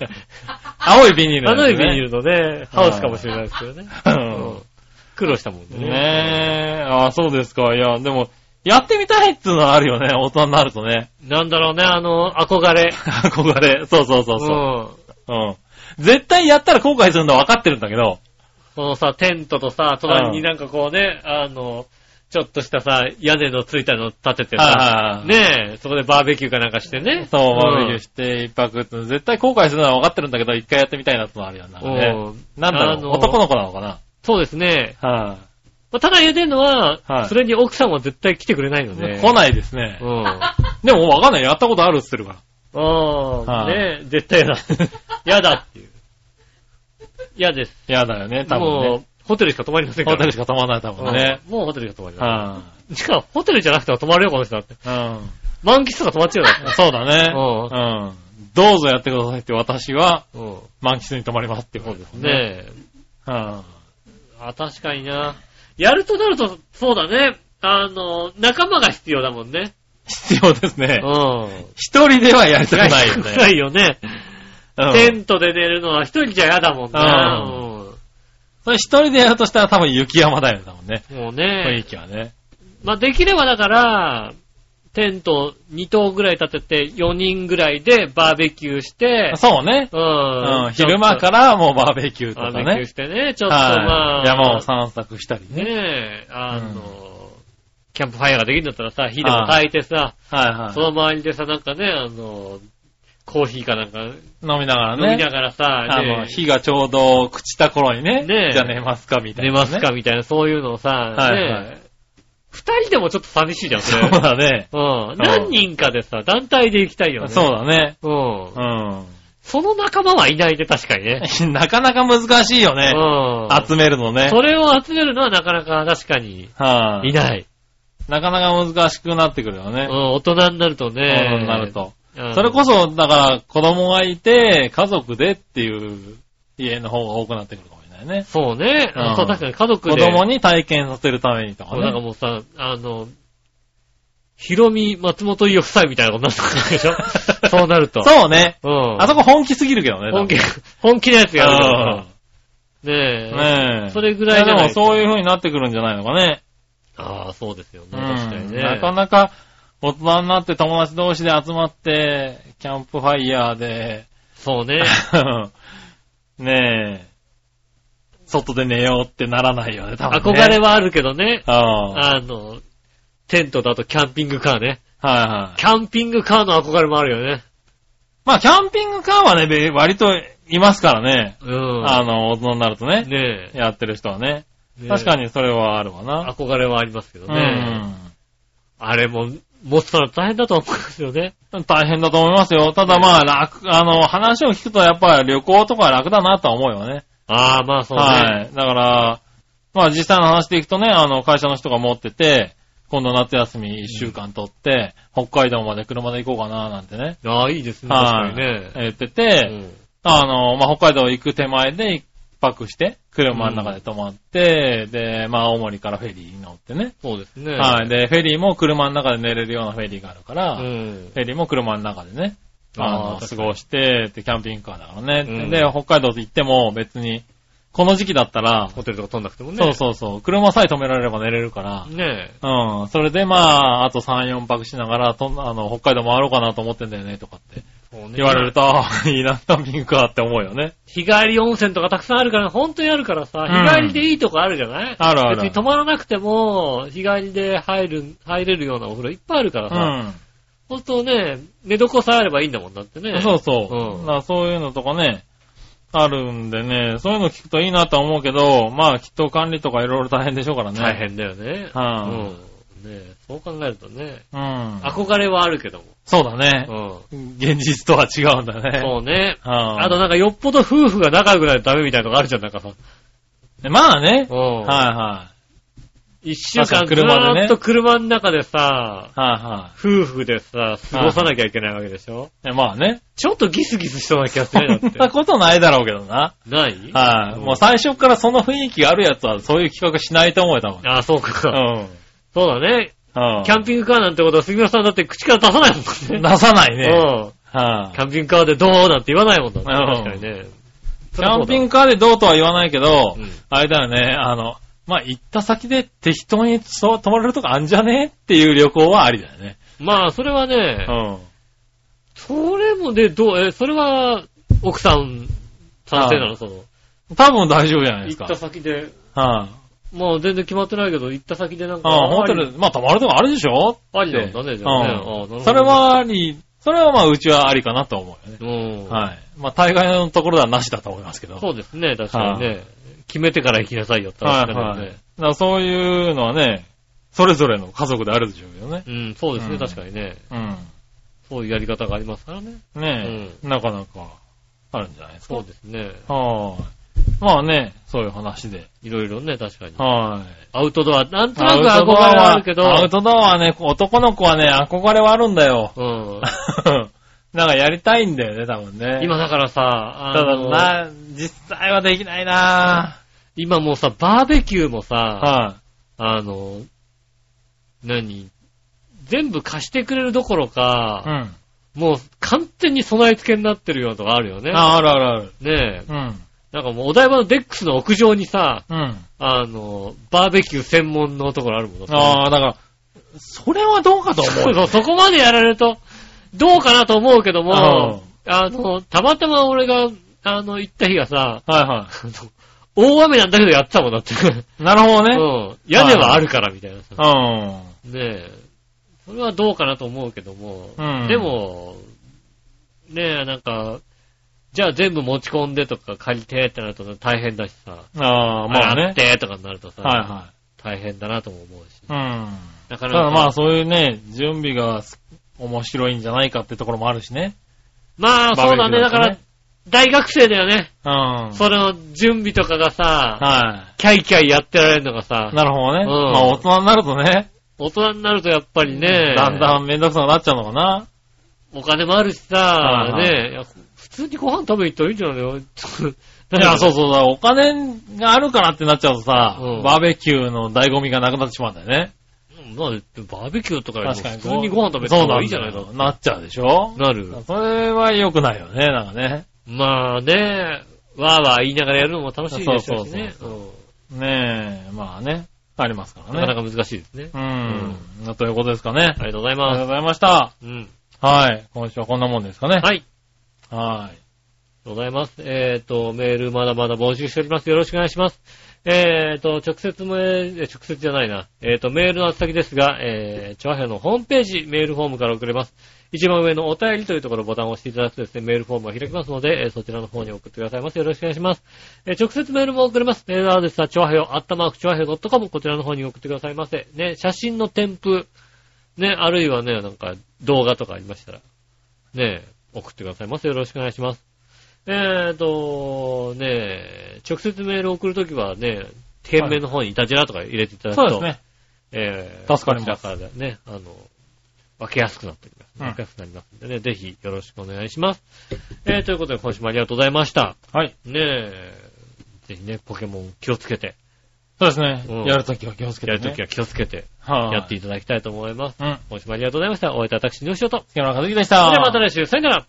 C: 青いビニール
B: あ
C: なんだ
B: のビ
C: よね。
B: ニールのね、ハウスかもしれないですけどね。
C: うん
B: うん苦労したもんでね。
C: ねえ。ああ、そうですか。いや、でも、やってみたいっていうのはあるよね。大人になるとね。
B: なんだろうね、あの、憧れ。
C: 憧れ。そうそうそう
B: う
C: そう。
B: ん。
C: うん。絶対やったら後悔するのは分かってるんだけど。
B: そのさ、テントとさ、隣になんかこうね、あの、ちょっとしたさ、屋根のついたの立てて
C: はいはいは
B: さ、
C: い
B: ねえ、そこでバーベキューかなんかしてね。
C: そう、
B: ん
C: バーベキューして一泊って、絶対後悔するのは分かってるんだけど、一回やってみたいなってのはあるよね。
B: うん
C: なんだ
B: あ
C: ろ
B: の
C: う、男の子なのかな。
B: そうですね。
C: は
B: まあただ言うてるのは、
C: はい
B: それに奥さんは絶対来てくれないの
C: い。
B: で。
C: 来ないですね
B: う。ん。
C: でも分かんない。やったことあるっつってるから。
B: ああ、
C: はい
B: ねえ、絶対やだ。 やだっていう。嫌です。
C: 嫌だよね、多分
B: も
C: ね。
B: う、ホテルしか泊まりませんか
C: ホ
B: ら。
C: テルしか泊まらない、多分ね。
B: うんもうホテルしか泊まりま
C: は
B: せん。しかも、ホテルじゃなくても泊まれよ、この人だって。
C: い。うん。
B: 満喫とか泊まっちゃうから。
C: そうだね。
B: う
C: うん。どうぞやってくださいって私は
B: うん。
C: 満喫に泊まりますってことですね。
B: ねえ。
C: うん。
B: あ、確かにな。やるとなると、そうだね。あの、仲間が必要だもんね。
C: 必要です
B: う
C: ね。
B: ん。
C: 一人ではやりたくないよ
B: な
C: ね。
B: いよね。
C: うん
B: テントで寝るのは一人じゃ嫌だもんな。
C: う
B: う
C: それ一人でやるとしたら多分雪山だよね、多分ね。
B: ん。もう
C: 雰
B: ね
C: 囲。気はね。
B: まあ、できればだから、テント2棟ぐらい立てて、4人ぐらいでバーベキューして、
C: そうね。
B: う
C: うんん。。昼間
B: ら
C: からもうバーベキューと
B: バ
C: か
B: ーベキュー
C: ね。
B: してね、ちょっとま
C: は
B: あ、
C: い。山を散策したりね。
B: ねえ、あの、キャンプファイヤーができるんだったらさ、火でも焚いてさ、
C: はいは
B: その周りでさ、なんかね、あの、コーヒーかなんか
C: い。飲みながら
B: 飲みな
C: ね。
B: がらさ、
C: あ
B: ね
C: の、火がちょうど朽ちた頃にね。
B: ね
C: じゃあ寝ますか、みたい
B: 寝
C: なね。
B: ますかみたいな、そういうのをさ、
C: はいはい
B: ねえ二人でもちょっと寂しいじゃん、そ
C: そう
B: れ。
C: だね。
B: うん。何人かでさ、団体で行きたいよね。
C: そうだね。
B: うん。
C: うん。
B: その仲間はいないで、確かにね。
C: なかなか難しいよね。
B: うん。
C: 集めるのね。
B: それを集めるのはなかなか確かに
C: はい
B: いない。
C: なかなか難しくなってくるよ
B: うん、
C: ね。
B: 大人になるとね。
C: 大人になると。
B: うん。
C: それこそ、だから、子供がいて、家族でっていう家の方が多くなってくるかもしれないね。
B: そうね。
C: うん
B: そう、確かに家族
C: 子
B: で。
C: 供に体験させるためにとか
B: そうなんか
C: ね。
B: もうさ、あの、ヒロミ、松本伊代夫妻みたいなことになってくるで しょそうなると。
C: そうね。
B: う。ん。
C: あそこ本気すぎるけどね。
B: 本気、本気なやつやるから
C: が。
B: ねえ。
C: ねえ。
B: それぐらいじゃ
C: や
B: ない
C: でもそういう風になってくるんじゃないのかね。
B: ああ、そうですよね。
C: う
B: 確かに
C: ん。
B: ね。
C: なかなか、大人になって友達同士で集まって、キャンプファイヤーで、
B: そう ね。
C: ねえ。外で寝ようってならないよね、多分、ね。
B: 憧れはあるけどね。
C: ああ。
B: あの、テントだとキャンピングカーね。
C: はいはい。
B: キャンピングカーの憧れもあるよね。
C: まあ、キャンピングカーはね、べ割といますからね。
B: うん。
C: あの、大人になるとね。
B: ねえ。
C: やってる人はね。
B: ねえ
C: 確かにそれはあるわな。
B: 憧れはありますけどね。
C: う
B: あれも、持つから大変だと思うんですよね。
C: ん。大変だと思いますよ。ただまあ、楽、あの、話を聞くとやっぱり旅行とかは楽だなとは思うよね。
B: ああ、まあそうね。
C: はい。だから、まあ実際の話でいくとね、あの、会社の人が持ってて、今度夏休み1週間取って、北海道まで車で行こうかななんてね。
B: ああ、いいですね。確か
C: は
B: に
C: い。
B: ね。
C: 言ってて、
B: うん
C: あの、まあ、北海道行く手前で一泊して、車の中で泊まって、で、まあ、青森からフェリーに乗ってね。
B: そうですね。
C: はい。で、フェリーも車の中で寝れるようなフェリーがあるから、
B: うん
C: フ。ェリーも車の中でね、あ
B: あ
C: の、
B: ー
C: 過ごして、ってキャンピングカーだからね。
B: うん
C: で、北海道行っても別に、この時期だったら、
B: ホテルとか取んなくてもね。
C: そうそうそう、車さえ止められれば寝れるから、
B: ね
C: うん。それでまあ、あと3、4泊しながら、とあの、北海道回ろうかなと思ってんだよね、とかって
B: そうね
C: 言われると、ああいいな、キャンピングカーって思うよね。
B: 日帰り温泉とかたくさんあるから、本当にあるからさ、日帰りでいいとこあるじゃない、
C: あるある
B: 別に泊まらなくても、日帰りで入る、入れるようなお風呂いっぱいあるから
C: う
B: さ、本当ね、寝床さえあればいいんだもんだってね。
C: ん。そうそう。
B: う
C: だ
B: ん
C: からそういうのとかね、あるんでね、そういうの聞くといいなとは思うけど、まあきっと管理とかいろいろ大変でしょうからね。
B: 大。変だよね。
C: は
B: う
C: い
B: ん。ねえそう考えるとね、
C: うん。
B: 憧れはあるけども。
C: そうだね。
B: う
C: 現実とは違うんだ
B: ん。
C: ね。
B: そうね。
C: あ
B: あとなんかよっぽど夫婦が仲良くないとダメみたいなのがあるじゃん、なんかさ。
C: まあね。
B: う
C: は
B: ん。
C: いは
B: 一週間
C: 確
B: ず
C: かに車でね
B: ーっと車の中でさ、
C: い。はいは
B: 夫婦でさ、過ごさなきゃいけないわけでしょ
C: い。まあね。
B: ちょっとギスギスしそうな気がす
C: そ
B: るよだっ
C: んな
B: て。
C: ことないだろうけどな。
B: ない
C: はい。
B: うん
C: もう最初からその雰囲気があるやつはそういう企画しないと思えたもん。
B: ああ、そうか。
C: うん。
B: そうだね。
C: うん
B: キャンピングカーなんてことは杉村さんだって口から出さないもんね。
C: 出さない ね。
B: うん。
C: はい
B: キャンピングカーでどうなんて言わないもんだって。
C: うん
B: 確かにね。
C: キャンピン
B: グ
C: グカーでどうとは言わないけど、
B: うん
C: あれだよね、あの、まあ、行った先で適当にそう泊まれるとこあんじゃねっていう旅行はありだよね。
B: まあ、それはね
C: う、ん。
B: それもね、どう、え、それは、奥さん、賛成なのその、
C: 多分大丈夫じゃないですか。
B: 行った先で、
C: はい、
B: まあ全然決まってないけど、行った先でなんか、
C: ああ、ホテ
B: あ
C: ル
B: り、
C: まあ、泊まるとこあるでしょ
B: ありなんだね、じゃあね。ああなるほ
C: う
B: ど
C: ん。それ、はあり、それはまあ、うちはありかなと思うよね。
B: うん。
C: はい。まあ、大概のところではなしだと思いますけど。
B: そうですね、確かにね。決めてから行きなさいよって
C: は
B: 話
C: い
B: だ
C: は
B: か
C: い。
B: ら
C: だ
B: ね。
C: からそういうのはね、それぞれの家族であるでしょうけどね。
B: うん、そうです
C: う
B: ね、
C: ん
B: 確かにね。
C: う
B: そういうやり方がありますからね。
C: ん。ねえ、なかなかあるんじゃないですか。
B: そうですね。
C: はーい。まあね、そういう話で。
B: いろいろね、確かに。
C: はーい。
B: アウトドア、なんとな
C: ア
B: く
C: ウ
B: 憧
C: ト
B: れ
C: ドア
B: はあるけど、
C: アウトドアはね、男の子はね、憧れはあるんだよ。
B: うん。
C: なんかやりたいんだよね、多分ね。
B: 今だからさ、あ
C: ただ
B: の
C: な、実際はできないな
B: 今もうさ、バーベキューもさ、
C: は
B: あの、何全部貸してくれるどころ
C: い。
B: か、
C: ん。
B: もう完全に備え付けになってるようなとこあるよね。
C: あ、あるあるある。
B: ねえ。
C: うん。
B: なんかもうお台場のデックスの屋上にさ、
C: うん。
B: あの、バーベキュー専門のところあるもんだって
C: ああ、だから、それはどうかと思
B: そう
C: う。
B: そう、そこまでやられると、どうかなと思うけども、あの、たまたま俺が、あの、行った日がさ、
C: はいは
B: あの大雨なんだけどやってたもんだって。
C: い。なるほど
B: う
C: ね。
B: ん。屋根はあるからみたいなさ。
C: う
B: ねえ。それはどうかなと思うけども。
C: うん
B: でも、ねえ、なんか、じゃあ全部持ち込んでとか借りてってなると大変だしさ。
C: ん。ああ、まあ
B: 洗
C: ね。
B: ってとかになるとさ、
C: はいは
B: 大変だなとも思うし。
C: い。うん。
B: なか
C: た
B: な
C: だ
B: か。
C: まあそういうね、準備がす面白いんじゃないかってところもあるしね。
B: まあ、そうだね。
C: バーベキュ
B: だ
C: ーだ
B: か
C: と
B: ら
C: ね、
B: 大学生だよね。
C: うん。は
B: その準備とかがさ、
C: い。
B: キャイキャイやってられるのがさ、
C: なるほどね。
B: うん
C: まあ大人になるとね、
B: 大人になるとやっぱりね、
C: だんだんめんどくさくなっちゃうのかな。
B: お金もあるし
C: はい
B: さ、
C: はい
B: ねえ、いや普通にご飯食べに行ったらいいんじゃないの
C: いや、そうそうだ。お金があるからってなっちゃうとさ、
B: うん
C: バーベキューの醍醐味がなくなってしまうんだよね。
B: うんまあ、バーベキューとかより
C: 確
B: も
C: かに。
B: 普通にご飯食べた方がいいじゃない
C: そう
B: の
C: んだよなっちゃうでしょ
B: なる。
C: それは良くないよね、なんかね。
B: まあね、わーわー言いながらやるのも楽しいでしょうしね。
C: ねえ、まあね。ありますか
B: うんなからな
C: ね。
B: か難しいですね。
C: う
B: あ
C: ん。ということですかね。
B: りがとうご
C: あ
B: ざい
C: りがとう
B: ま
C: ございました。
B: す。うん。
C: はい。今週はこんなもんですかね。
B: はい。ありが
C: は
B: とうございます。えっと、メールまだまだ募集しております。よろしくお願いします。えっと、直接も、えー直接じゃないな。えっと、メールの宛先ですが、えー、チョアヘアのホームページ、メールフォームから送れます。一番上のお便りというところボタンを押していただくとですね、メールフォームが開きますので、えーそちらの方に送ってくださいませ。よろしくお願いします。えー直接メールも送れます。メールアドレスは、ちょうはよ、あったまーくちょうはよ .com、こちらの方に送ってくださいませ。ね、写真の添付、ね、あるいはね、なんか、動画とかありましたら、ね、送ってくださいませ。よろしくお願いします。えーと、ね、直接メール送るときはね、件名の方にいたじらとか入れていた
C: い。
B: だ
C: そう
B: く
C: で
B: と、
C: すね。
B: え
C: 助かります
B: こちらからね、あの、分けやすくなってきます。
C: うん
B: 分けやすくなりますんでね、ぜひよろしくお願いします。えーということで今週もありがとうございました。
C: はい。
B: ねえ、ぜひね、ポケモン気をつけて、
C: そうですね
B: うん。
C: やるときは気をつけて、ね。
B: やるときは気をつけて、
C: は
B: やって
C: い
B: いただきたいと思います。
C: うん。
B: 今週もありがとうございました。お会いいたい私、ニョシオと。
C: 月村和樹でし
B: そ
C: た。
B: れではまた来週、さよなら